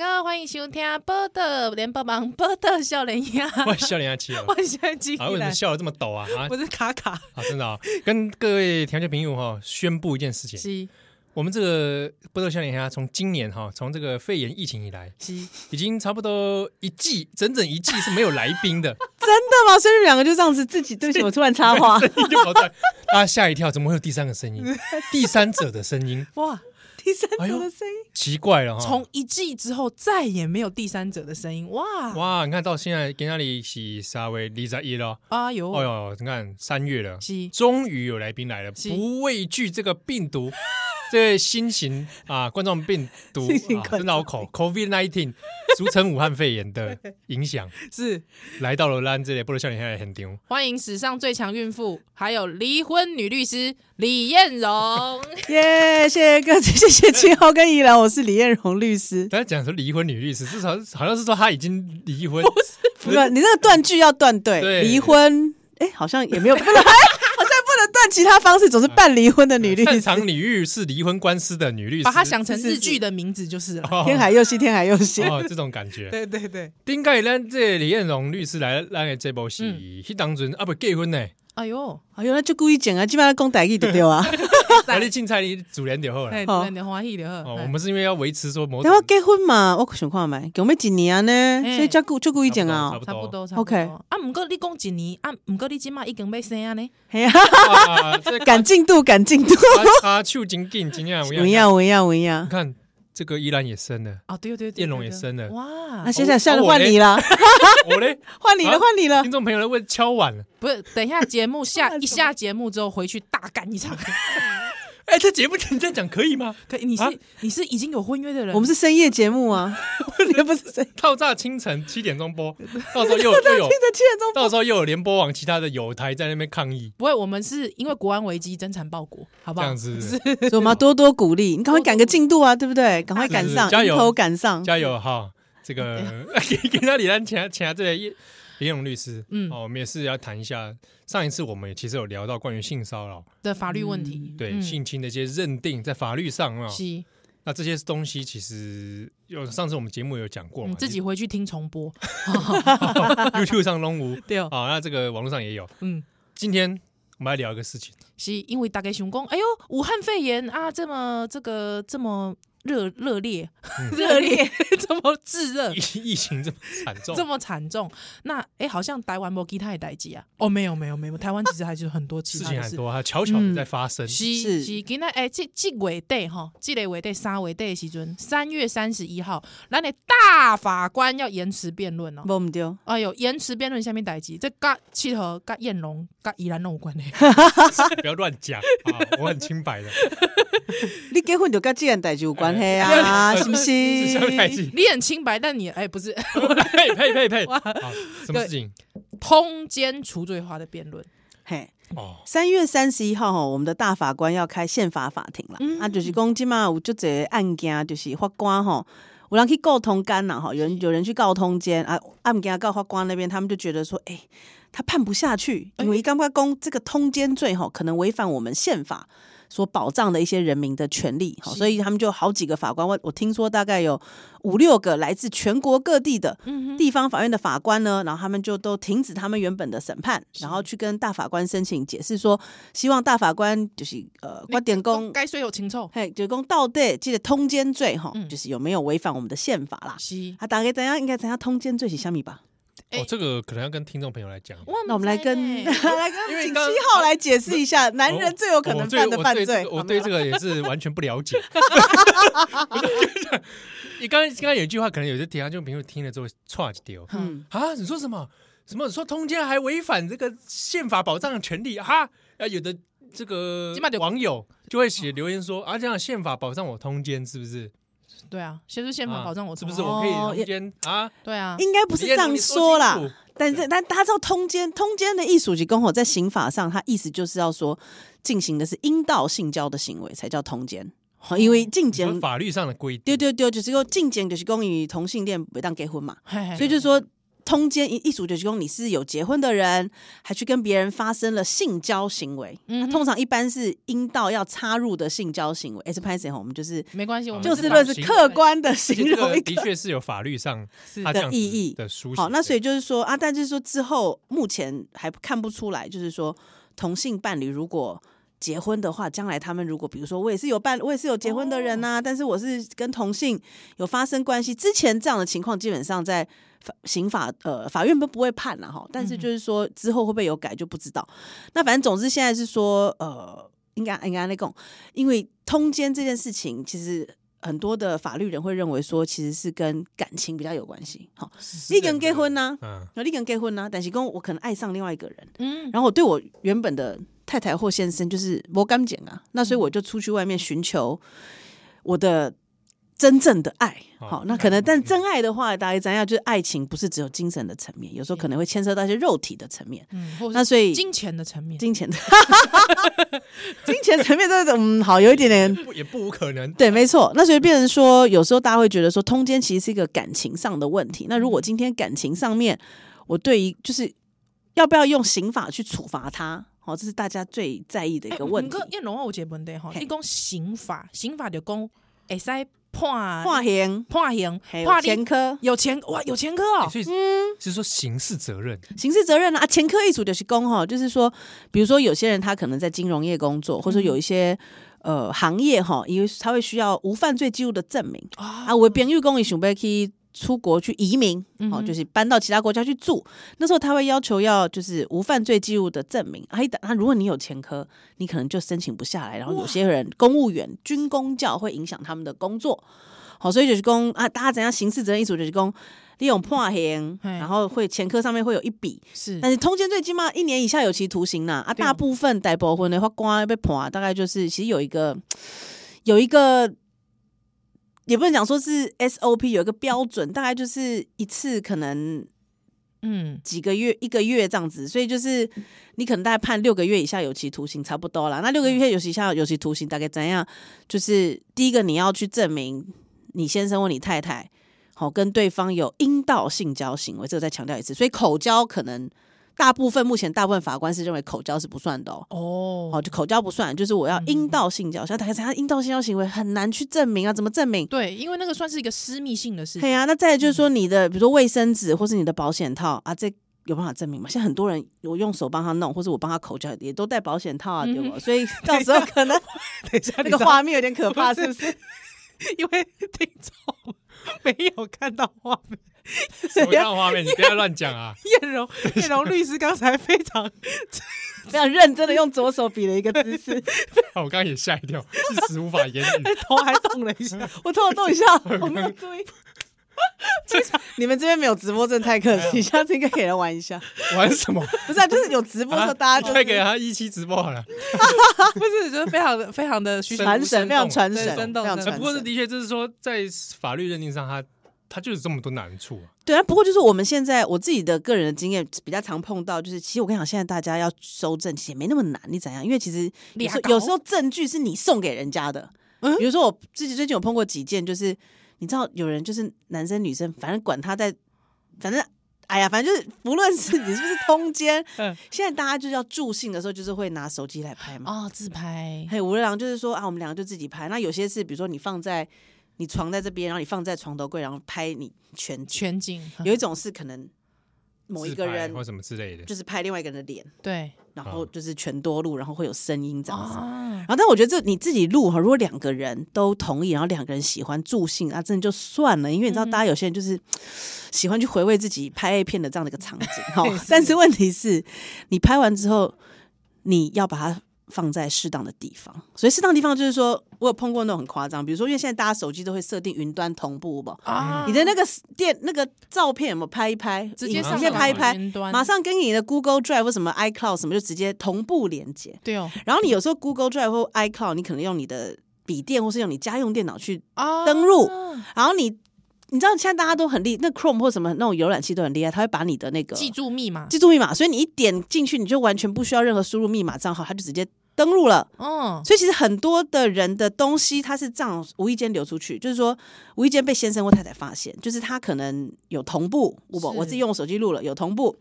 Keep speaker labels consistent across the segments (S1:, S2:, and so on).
S1: 好，欢迎收听《波特连帮忙》，波特笑脸呀，
S2: 我笑脸阿七啊，
S1: 万象机
S2: 啊，为什么笑得这么抖啊？啊
S1: 我是卡卡
S2: 啊，真的啊，跟各位条件朋友哈宣布一件事情，
S1: 西
S2: 我们这个波多笑脸鸭从今年哈，从这个肺炎疫情以来，
S1: 西，
S2: 已经差不多一季，整整一季是没有来宾 的，
S3: 真的吗？所以你们两个就这样子自己，对不起，我突然插 话。
S2: 声音就跑出来，大家吓一跳，怎么会有第三个声音？第三者的声 音，
S1: 哇！
S3: 第三者
S2: 哎啊呦
S3: 的声音，
S2: 奇怪了哈。
S1: 从一季之后再也没有第三者的声音，哇
S2: 哇，你看到现在跟那里是稍微离在一了，
S1: 啊
S2: 哦
S1: 哟，
S2: 哟，你看三月了，
S1: 西
S2: 终于有来宾来了，
S1: 是
S2: 不畏惧这个病毒， 这新型啊冠状病毒
S3: 新型
S2: 啊，
S3: 冠状
S2: 真绕口，COVID nineteen，俗称武汉肺炎的影 响，
S1: 是
S2: 来到了咱这里，不如笑脸现在很丢。
S1: 欢迎史上最强孕妇，还有离婚女律师李艳 荣，
S3: 耶！谢谢各， 谢谢七号跟怡兰，我是李艳荣律师。
S2: 大家讲说离婚女律师，至少好像是说她已经离婚，
S3: 不是，你那个断句要断
S2: 对
S3: 对，离婚，哎，好像也没有， 不能，哎好像不能断其他方式，总是办离婚的女律
S2: 擅
S3: 师。
S2: 长领域是离婚官司的女律师，
S1: 把她想成
S3: 是是
S1: 日剧的名字就是了。
S2: 哦
S3: 天海佑希，天海佑希，
S2: 哦这种感觉。
S1: 对对对，
S2: 顶盖咱这李彦荣律师来咱的这部
S3: 嗯
S2: 戏，迄当阵啊不结婚呢，
S1: 哎
S2: 哦
S1: 呦，
S3: 哎呦，那就故意剪啊，基本上公歹意的对 啊。
S2: 来你凊彩你主人就好了
S1: 哎，。
S3: 好
S1: 你欢喜哎的
S2: 哦，我们是因为要维持说某
S3: 等
S2: 种
S3: 我结婚嘛，我想看嘛，给我们几年啊呢，
S1: 哎
S3: 所以就故就故意剪
S2: 差
S3: 啊
S2: 不。
S1: 差不多，差不多。
S3: OK
S1: 啊，毋过你讲一年，啊，毋过你即马已经要生啊呢？
S3: 哎呀，
S2: 啊，这
S3: 赶进度，赶进度。
S2: 他他手真紧，真正有
S3: 文
S2: 影。
S3: 样文样文
S2: 你
S3: 样。
S2: 看这个依然也生了，
S1: 哦，对对对，
S2: 彦龙
S1: 对
S2: 也
S1: 对啊
S2: 生了
S1: 哇
S3: 那！现在啊算
S2: 哦
S3: 了，
S2: 我
S3: 换
S2: 嘞
S3: 你了，
S2: 我嘞，
S3: 换你
S2: 啊
S3: 了，换你了
S2: 听。众朋友来问敲碗了，
S1: 不是，等一下节目 下
S3: 什么
S1: 一下节目之后回去大干一场。
S2: 哎，这节目你这样讲可以吗？
S1: 可你是
S2: 啊
S1: 你是已经有婚约的人，
S3: 我们是深夜节 目啊，你不是深夜，
S2: 套炸清晨七点钟播，到时候又又有
S3: 现，在七点钟
S2: 到时候又有联播网其他的友台在那边抗议，
S1: 不会，我们是因为国安危机增产报国，好不
S2: 这
S1: 好？
S2: 样子是
S3: 播，所以我们要多多鼓励，你赶快赶个进度啊，对不对？赶快赶
S2: 是
S3: 上，
S2: 加油
S3: 迎头赶上。
S2: 加油哈！这个 给给那李兰请请这个叶李勇律师，
S1: 嗯
S2: 嗯，哦，我们也是要谈一下。上一次我们也其实有聊到关于性骚扰，
S1: 的法律问题，
S2: 对、
S1: 嗯
S2: 性侵的一些认定，在法律
S3: 嗯
S2: 上啊，
S1: 是
S2: 那这些东西其实有上次我们节目有讲过嘛
S1: 你，嗯自己回去听重播。
S2: YouTube 上龙无
S1: 对哦，
S2: 啊，那这个网络上也有。
S1: 嗯，
S2: 今天我们来聊一个事情，
S1: 是因为大概想讲，哎呦，武汉肺炎啊，这么这个这么热热烈，
S2: 嗯
S1: 热烈，这么炙热。
S2: 疫疫 情这么惨重
S1: 这，么惨重，那哎、好像台湾没其他的代际啊？哦，没有没有没有，台湾其实还是有很多其
S2: 事
S1: 他的
S2: 情
S1: 事嗯
S2: 很多，还巧巧的在发生。
S1: 是
S3: 是
S1: 是，今仔哎，这这月底吼，这个月底三月底的时阵，三月三十一号，咱的大法官要延迟辩论哦。
S3: 不，我们丢，
S1: 哎呦，延迟辩论下面代志，这甲七号、甲燕龙、甲宜兰拢有关 的。
S2: 不要乱讲啊，我很清 白的，
S3: 你结婚就跟这件代志有关系啊，是不是？
S2: 是相 代际。
S1: 你很清白，但你哎、不是
S2: 呸呸呸呸！啊，什么事情？
S1: 通奸除罪化的辩论。
S3: 嘿，
S2: 哦，
S3: 三月三十一号吼，我们的大法官要开宪法法庭啦。
S1: 嗯
S3: 啊，就是讲即嘛有就这案件，就是法官吼，有人去告通奸啦，吼，有人有人去告通奸啊，案件告法官那边，他们就觉得说，哎、他判不下去，
S1: 哎
S3: 因为刚刚公这个通奸罪吼，可能违反我们宪法。所保障的一些人民的权利，吼
S1: 是
S3: 所以他们就好几个法官，我我听说大概有五六个来自全国各地的
S1: 嗯哼，
S3: 地方法院的法官呢，然后他们就都停止他们原本的审判，然后去跟大法官申请解释说，希望大法官就是呃，观点公，
S1: 哦该虽有情臭，
S3: 嘿，就是公到底这个通奸罪哈，
S1: 嗯
S3: 就是有没有违反我们的宪法啦？
S1: 是。
S3: 啊，大概怎样？应该怎样？通奸罪是虾米吧？
S1: 哎
S2: 哦，这个可能要跟听众朋友来讲。
S3: 那我们来
S1: 不知道
S3: 跟
S1: 呢
S3: 来
S2: 因为
S3: 跟请
S2: 刚
S3: 七号来解释一下，男人最有可
S2: 哦我
S3: 能
S2: 对
S3: 犯
S2: 我对这
S3: 的犯罪嗯
S2: 个。我对这个也是完全不了 解。你刚刚刚有一句话，可能有些听众朋友听了之后岔掉
S3: 嗯，
S2: 啊！你说什么？什么说通奸还违反这个宪法保障的权利啊？哈啊，有的这个
S1: 起码得
S2: 网友就会写留言说啊，这样宪法保障我通奸是不是？
S1: 对啊，先是宪法
S2: 啊
S1: 保障我
S2: 是
S1: 同
S2: 不
S1: 意
S2: 是我可以
S3: 哦
S2: 通奸啊？
S1: 对啊，
S3: 应该不是这样说啦。但是，但大家知道通奸，通奸的艺术及公吼在刑法上，它意思就是要说进行的是阴道性交的行为才叫通奸，哦因为进
S2: 你说清楚
S3: 奸，
S2: 法律上的规定
S3: 对，对对，就是说进奸就是公与同性恋不当结婚嘛，
S2: 哎
S1: 嘿嘿
S3: 所以就是说通奸一一组就是用你是有结婚的人，还去跟别人发生了性交行为。
S1: 嗯哼
S3: 通常一般是阴道要插入的性交行为。哎、是拍谁吼？我们就是
S1: 没关系，我们
S2: 就
S3: 就事
S2: 哦是
S1: 把
S3: 论
S2: 把
S3: 事，
S2: 形
S3: 客观的
S2: 而且
S3: 形
S2: 这
S3: 容
S2: 个
S3: 一
S2: 的
S3: 个
S2: 确是有法律上
S1: 是
S2: 它这样子
S3: 的意义
S2: 的书写。
S3: 好，那所以
S2: 对
S3: 就是说啊，但就是说之后目前还看不出来，就是说同性伴侣如果结婚的话，将来他们如果比如说我也是有伴，我也是有结婚的人
S2: 哦
S3: 呐、但是我是跟同性有发生关系，之前这样的情况基本上在法刑法呃法院都不会判了哈，但
S2: 嗯
S3: 是就是说之后会不会有改就不知道。那反正总之现在是说呃，应该应该那讲，因为通奸这件事情其实。很多的法律人会认为说，其实是跟感情比较有关系。好，
S2: 私
S3: 你
S2: 人
S3: 跟
S2: 的
S3: 结婚啊哦呐、
S2: 嗯，
S3: 我立跟结婚呐、但是跟我可能爱上另外一个人，
S1: 嗯，
S3: 然后我对我原本的太太或先生就是我感情啊，那所以我就出去外面寻求我的真正的爱。
S2: 好
S3: 好，那可能但真爱的话，大家咱要就是爱情不是只有精神的层面，有时候可能会牵涉到一些肉体的层面。
S1: 嗯，或者
S3: 那
S1: 是
S3: 所以
S1: 金钱的层面，
S3: 金钱的金钱层面，这种嗯好有一点点
S2: 不也不无可能。
S3: 对，没错。那所以变成说，有时候大家会觉得说，通奸其实是一个感情上的问题。那如果今天感情上面，我对于就是要不要用刑法去处罚他，哦，这是大家最在意的一
S1: 哎
S3: 个问
S1: 不
S3: 题
S1: 过。燕龙我有一个问题吼，
S3: 嘿
S1: 你讲刑法，刑法就讲会使判
S3: 化刑，
S1: 判刑
S3: 还有
S1: 判
S3: 前
S1: 你
S3: 科，
S1: 有前哇有前科
S2: 哎
S1: 哦，
S2: 所以是说刑事责任，
S3: 刑事责任啊，啊前科一组就是公哈，就是说，比如说有些人他可能在金融业工
S1: 嗯
S3: 作，或者说有一些。呃，行业哈，因为他会需要无犯罪记录的证明啊。
S1: 啊
S3: 我的朋友讲伊想要去出国去移民，
S1: 嗯
S3: 哦，
S1: 哼
S3: 就是搬到其他国家去住。那时候他会要求要就是无犯罪记录的证明。啊，一打啊，如果你有前科，你可能就申请不下来。然后有
S1: 哇
S3: 些人公务员、军工教会影响他们的工作。好，所以就是公啊，大家怎样刑事责任一组就是公利用判刑，
S1: 嘿
S3: 然后会前科上面会有一笔，
S1: 是
S3: 但是通奸最起码一年以下有期徒刑呐。啊，
S1: 对
S3: 大部分逮捕婚的话，关被判大概就是其实有一个有一个。也不能讲说是 SOP 有一个标准，大概就是一次可能
S1: 嗯
S3: 几个月、一个月这样子，所以就是你可能大概判六个月以下有期徒刑差不多啦。那六个月有期以下有期徒刑大概怎样？就是第一个你要去证明你先生或你太太好跟对方有阴道性交行为，这个再强调一次。所以口交可能大部分目前大部分法官是认为口交是不算的哦。
S1: 哦
S3: 哦，就口交不算，就是我要阴道性交，像大概怎样阴道性交行为很难去证明啊？怎么证明？
S1: 对，因为那个算是一个私密性的事
S3: 对
S1: 情，
S3: 呀、那再来
S1: 嗯
S3: 就是说你的，比如说卫生纸或是你的保险套啊，这有办法证明吗？现在很多人我用手帮他弄，或者我帮他口交，也都戴保险套啊，
S1: 嗯
S3: 对吧？所以到时候可能
S2: 等一下
S3: 那个画面有点可怕，是不是？
S1: 因为听众没有看到画 面。
S2: 什么样的画面？你不要乱讲啊！
S1: 燕 荣，燕荣律师刚才非 常
S3: 非常认真的用左手比了一个姿势，
S2: 我刚刚也吓一跳，一时无法言语。
S1: 头还动了一下，
S3: 我偷偷动一下，我没有 注意。你 们这边没有直播，真的太可惜，下次应该给人玩一下。
S2: 玩什么？啊
S3: 不是、啊，就是有直播的时候，大家就
S2: 快给
S3: 是
S2: 他一期直播好了。
S1: 不是，就是非常的非常的虚
S2: 给
S1: 实
S2: 他
S3: 传神，非常传神，
S1: 对
S3: 非
S1: 生动
S3: 常
S1: 生动
S2: 呃
S3: 传神。
S2: 不过这的确就是说，在法律认定上，他他就是这么多难处啊。
S3: 对啊，不过就是我们现在我自己的个人的经验比较常碰到，就是其实我跟你讲，现在大家要收证其实也没那么难，你怎样？因为其实有时
S1: 俩
S3: 候
S1: 搞
S3: 有时候证据是你送给人家的，
S1: 嗯
S3: 比如说我自己最近有碰过几件，就是你知道有人就是男生女生，反正管他在，反正。哎呀，反正就是，不论是你是不是通奸，
S1: 嗯
S3: 现在大家就是要助兴的时候，就是会拿手机来拍嘛。
S1: 哦，自拍
S3: 还有无良就是说啊，我们两个就自己拍。那有些是，比如说你放在你床在这边，然后你放在床头柜，然后拍你全景。
S1: 全景，
S3: 有一种是可能某一
S2: 自
S3: 个
S2: 拍
S3: 人
S2: 或嗯什么之类的，
S3: 就是拍另外一个人的脸，
S1: 对
S3: 然后就是全多录，然后会有声音这样子。
S1: 啊，
S3: 然后，但我觉得这你自己录哈，如果两个人都同意，然后两个人喜欢助兴啊，真的就算了，因为你知道，
S1: 嗯
S3: 大家有些人就是喜欢去回味自己拍 A 片的这样的一个场景 哈
S1: 对是。
S3: 但是问题是，你拍完之后，你要把它放在适当的地方。所以适当的地方就是说，我有碰过那种很夸张，比如说，因为现在大家手机都会设定云端同步吧，
S1: 啊
S3: 哎你的那个电那个照片有没有拍一拍，
S1: 直接
S3: 影
S1: 上
S3: 片
S1: 传
S3: 拍一拍，
S1: 云端
S3: 马上跟你的 Google Drive 或什么 iCloud 什么就直接同步连接。
S1: 对哦
S3: 然后你有时候 Google Drive 或 iCloud，你可能用你的笔电或是用你家用电脑去，
S1: 啊
S3: 登录然后你你知道现在大家都很厉，那 Chrome 或什么那种浏览器都很厉害，它会把你的那个
S1: 记住密码，
S3: 记住密码，所以你一点进去你就完全不需要任何输入密码账号，它就直接登录了。
S1: 嗯，
S3: 所以其实很多的人的东西，他是这样无意间流出去，就是说无意间被先生或太太发现，就是他可能有同步，我
S1: 是
S3: 我自己用手机录了有同步，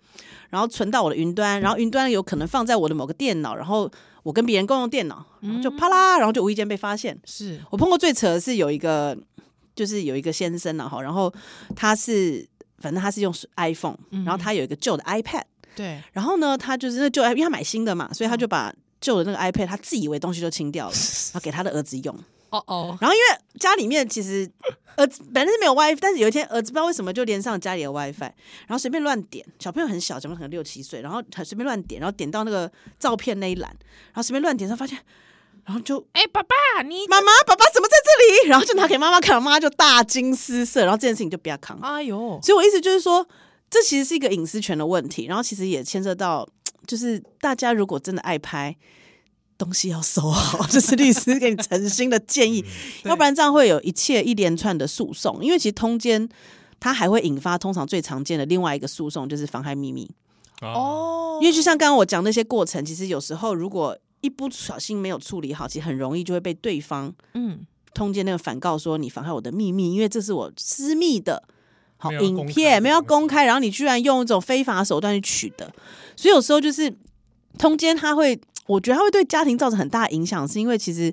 S3: 然后存到我的云端，然后云端有可能放在我的某个电脑，然后我跟别人共用电脑，然后就啪啦，然后就无意间被发现。
S1: 是
S3: 我碰过最扯的是有一个，就是有一个先生啊了哈，然后他是反正他是用 iPhone，然后他有一个旧的 iPad。
S1: 对，
S3: 然后呢，他就是那旧 iPad，因为他买新的嘛，所以他就把旧的那个 iPad，他自以为东西都清掉了，然后给他的儿子用。
S1: 哦哦，
S3: 然后因为家里面其实儿子本来是没有 WiFi，但是有一天儿子不知道为什么就连上家里的 WiFi，然后随便乱点，小朋友很小，小朋友可能六七岁，然后他随便乱点，然后点到那个照片那一栏，然后随便乱点，他发现，然后就
S1: 哎，爸爸，你
S3: 妈妈爸爸怎么在这里？然后就拿给妈妈看，妈妈就大惊失色，然后这件事情就不要扛。
S1: 哎呦，
S3: 所以我意思就是说，这其实是一个隐私权的问题，然后其实也牵涉到，就是大家如果真的爱拍。东西要收好， 这是律师给你诚心的建议，
S2: 对
S3: 要不然这样会有一切一连串的诉讼。因为其实通奸，它还会引发通常最常见的另外一个诉讼，就是妨害秘密。
S2: 哦，
S1: 哦，
S3: 因为就像刚刚我讲那些过程，其实有时候如果一不小心没有处理好，其实很容易就会被对方
S1: 嗯，
S3: 通奸那个反告说你妨害我的秘密，因为这是我私密的。好，
S2: 没有要
S3: 影
S2: 公开
S3: 片
S2: 的
S3: 没有要
S2: 东西
S3: 公开，然后你居然用一种非法手段去取得，所以有时候就是通奸，他会，我觉得他会对家庭造成很大影响，是因为其实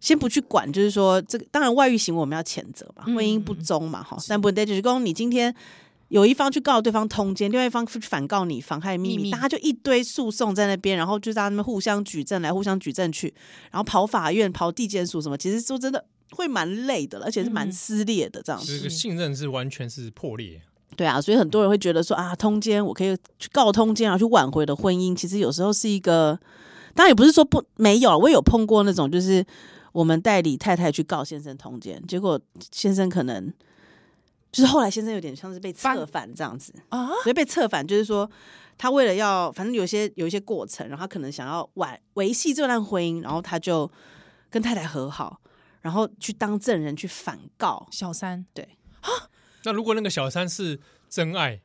S3: 先不去管，就是说这个，当然外遇行为我们要谴责嘛，
S1: 嗯
S3: 婚姻不忠嘛，哈、但不对，就是说你今天有一方去告对方通奸，另外一方去反告你妨害秘密，
S1: 秘密
S3: 大家就一堆诉讼在那边，然后就在那边互相举证来互相举证去，然后跑法院、跑地检署什么，其实说真的会蛮累的了，而且是蛮
S1: 嗯
S3: 撕裂的这样子。
S2: 这个信任啊是完全是破裂，
S3: 对啊，所以很多人会觉得说啊，通奸我可以去告通奸，然后去挽回的婚姻，其实有时候是一个，当然也不是说不没有，我也有碰过那种就是我们代理太太去告先生通奸，结果先生可能就是后来先生有点像是被策反这样子
S1: 啊，
S3: 所以被策反就是说他为了要反正有些有一些过程，然后他可能想要挽维系这段婚姻，然后他就跟太太和好，然后去当证人去反告，
S1: 小三，
S2: 那如果那个小三是真爱，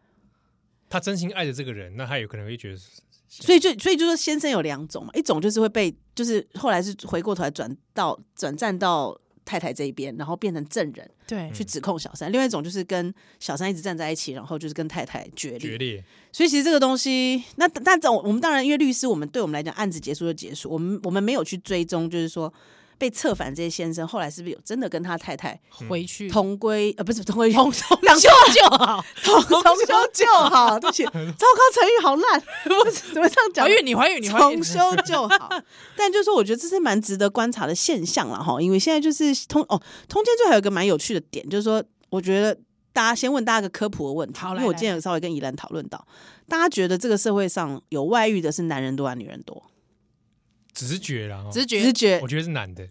S2: 他真心爱着这个人，那他有可能会觉得是，
S3: 所以就所以就说先生有两种嘛，一种就是会被，就是后来是回过头来转到转战到太太这一边，然后变成证人
S1: 对，
S3: 去指控小三；另外一种就是跟小三一直站在一起，然后就是跟太太决
S2: 决
S3: 裂。
S2: 裂，
S3: 所以其实这个东西，那那这种我们当然因为律师，我们对我们来讲案子结束就结束，我们我们没有去追踪，就是说被策反这些先生后来是不是有真的跟他太太
S1: 回去
S3: 同归呃不是同归于同同修就好， 同同修就好，哦对不起，糟糕，成语好烂， 我怎么这样讲
S1: 怀？孕，你怀孕，你怀孕
S3: 重，修就好。 但就是说，我觉得这是蛮值得观察的现象了哈，因为现在就是通哦，通奸罪还有一个蛮有趣的点，就是说，我觉得大家先问大家一个科普的问题，
S1: 好
S3: 因
S1: 来
S3: 为我
S1: 来
S3: 今天有稍微跟怡兰讨论到，大家觉得这个社会上有外遇的是男人多还是女人多？
S2: 直觉啦，哦
S1: 直觉
S3: 直，觉
S2: 我。觉得是男的，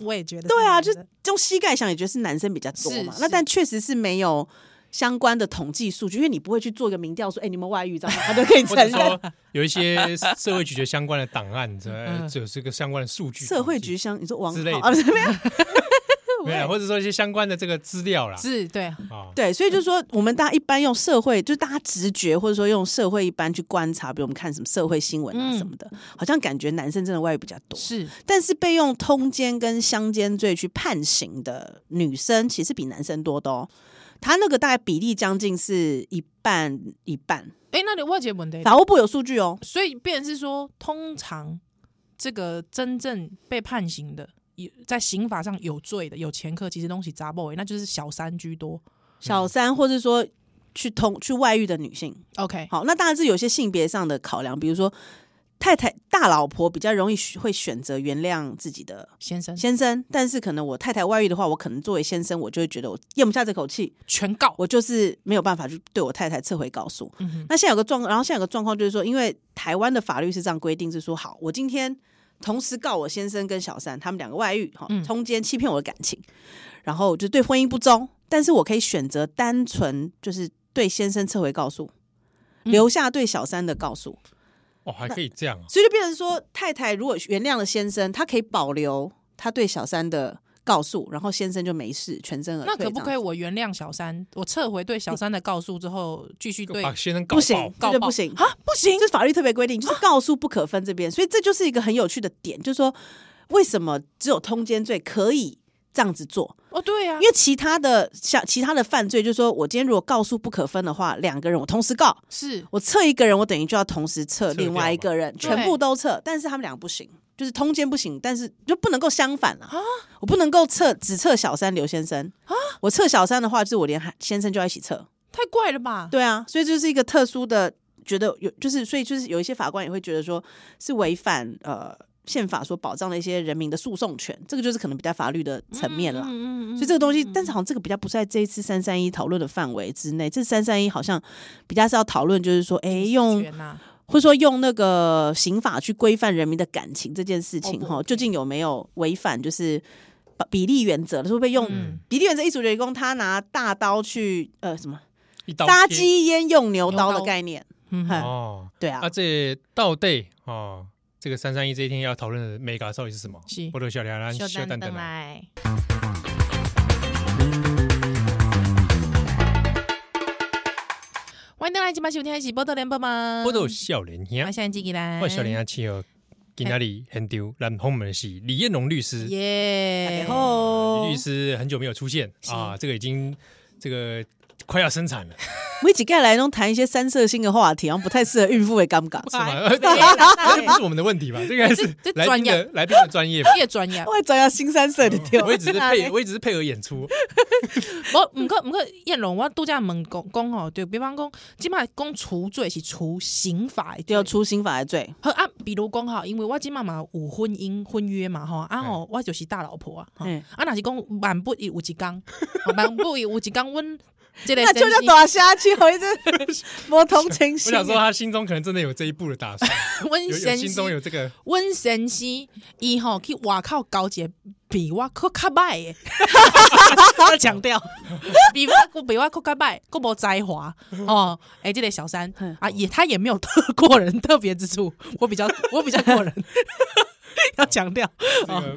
S1: 我也觉得是
S3: 对啊，
S1: 男
S3: 就
S1: 的
S3: 用膝盖想，也觉得是男生比较多嘛。
S1: 是
S3: 那
S1: 是
S3: 但确实是没有相关的统计数据，因为你不会去做一个民调说，哎、你们外遇这样，他都可以 承
S2: 或者
S3: 认。
S2: 说有一些社会局的相关的档案，这
S1: 嗯
S2: 这有这个相关的数据，
S3: 社会局相，你说王
S2: 之类
S3: 浩
S2: 的
S3: 啊，不是没有
S2: 没有，或者说一些相关的这个资料啦，
S1: 是对啊，
S2: 啊，
S3: 对，所以就是说，我们大家一般用社会，就是大家直觉，或者说用社会一般去观察，比如我们看什么社会新闻啊
S1: 嗯
S3: 什么的，好像感觉男生真的外遇比较多，
S1: 是
S3: 但是被用通奸跟相奸罪去判刑的女生，其实比男生多的哦。他那个大概比例将近是一半一半，
S1: 哎，那你外界问题，
S3: 法务部有数据哦。
S1: 所以变成是说，通常这个真正被判刑的。有在刑法上有罪的、有前科，其实东西杂 boy，那就是小三居多。嗯
S3: 小三或者说去通去外遇的女性，
S1: OK，
S3: 好，那当然是有些性别上的考量，比如说太太大老婆比较容易会选择原谅自己的
S1: 先生
S3: 先生，但是可能我太太外遇的话，我可能作为先生，我就会觉得我咽不下这口气，
S1: 全告，
S3: 我就是没有办法去对我太太撤回告诉。
S1: 嗯哼
S3: 那现在有个状况，然后现在有个状况就是说，因为台湾的法律是这样规定，是说好，我今天同时告我先生跟小三他们两个外遇，哈
S1: 嗯，
S3: 通奸欺骗我的感情，然后就对婚姻不忠，但是我可以选择单纯就是对先生撤回告诉，
S1: 嗯
S3: 留下对小三的告诉。
S2: 哦，还可以这样啊，
S3: 所以就变成说，太太如果原谅了先生，她可以保留她对小三的告诉，然后先生就没事，全身而退。
S1: 那可不
S3: 呃这
S1: 可以
S3: 样子？
S1: 我原谅小三，我撤回对小三的告诉之后，继续对
S2: 把
S1: 啊
S2: 先生搞
S3: 不
S2: 爆
S3: 行，
S1: 告
S3: 这就
S1: 爆
S3: 不行。
S1: 不行啊
S3: 就，是法律特别规定，就是告诉不可分这边，所以这就是一个很有趣的点，就是说为什么只有通奸罪可以这样子做？
S1: 哦对呀、啊
S3: 因，为其他的像其他的犯罪，就是说我今天如果告诉不可分的话，两个人我同时告，
S1: 是
S3: 我测一个人，我等于就要同时测
S2: 测掉
S3: 另外一个人，
S1: 掉嘛
S3: 全部都测，但是他们两个不行。就是通奸不行，但是就不能够相反
S1: 啊
S3: 了、我不能够测只测小三刘先生啊。我测小三的话，就是我连先生就要一起测。
S1: 太怪了吧？
S3: 对啊，所以这是一个特殊的，觉得有就是，所以就是有一些法官也会觉得说是违反呃宪法所保障的一些人民的诉讼权，这个就是可能比较法律的层面了。
S1: 嗯嗯嗯，
S3: 所以这个东西，但是好像这个比较不在这一次三三一讨论的范围之内。这三三一好像比较是要讨论，就是说，哎、用
S1: 权呐、
S3: 或者说用那个刑法去规范人民的感情这件事情，
S1: 哦
S3: 哈、
S1: 不
S3: 究竟有没有违反就是比例原则？会不会用、
S1: 嗯
S3: 比例原则一组人工，他拿大刀去呃什么
S2: 一刀
S3: 杀
S2: 切
S3: 鸡焉用牛刀
S1: 牛
S3: 的
S1: 刀
S3: 概念，
S1: 嗯
S3: 嗨
S2: 哦。
S3: 对啊
S2: 啊，，这到底哦，这个三三一这一天要讨论的 mega 到底是什么？
S1: 是
S2: 我的小梁兰，小蛋蛋啊。
S1: 来，欢迎登来，今晚收听的是《波特联播》吗？
S2: 我都笑脸
S1: 我
S2: 兄，
S3: 哎
S1: 现在记起来，
S2: 我笑脸兄气候今天里很丢，然后我们是李彦龙律
S3: 哎
S2: 师，啊
S1: 耶
S3: 然！后
S2: 哎李律师很久没有出现
S1: 是
S2: 啊，这个已经这个快要生产了，是
S3: 每几盖来都谈一些三色性的话题，好像不太适合孕妇的尴 尬。
S2: 吗？这不是我们的问题吧？ 这个还是
S1: 啊这这
S2: 来宾
S1: 专业
S2: 的来宾的专业吧。
S1: 越专业，
S3: 我会转到新三色的掉
S2: 我，也只是 配，我也只是配合演出。
S1: 我唔过唔过，燕龙，我度假问讲讲吼，对，比方讲，即摆讲除罪是除刑法的罪，
S3: 对，出刑法的罪，
S1: 好啊，比如讲吼，因为我即摆嘛有婚姻婚约嘛吼，啊吼，我就是大老婆啊，吼
S3: 嗯
S1: 啊，若是讲万不已有一工， 吼万不已有一工，阮即个
S3: 那啊就叫大下去，我一直 无同情
S2: 我
S3: 心。
S2: 想说， 他心中可能真的有这一步的 打算，
S1: 阮
S2: 有有
S1: 先
S2: 心中
S1: 生，
S2: 有这个
S1: 阮先生，伊吼去外口交一个比我佫较歹的，
S3: 要强调，
S1: 比我比我佫较歹，佫无才 华哦，诶、即、个小三
S3: 嗯
S1: 啊，也他也没有 特过人特别之处，我比较我比较过人， 要强调，
S2: 这 个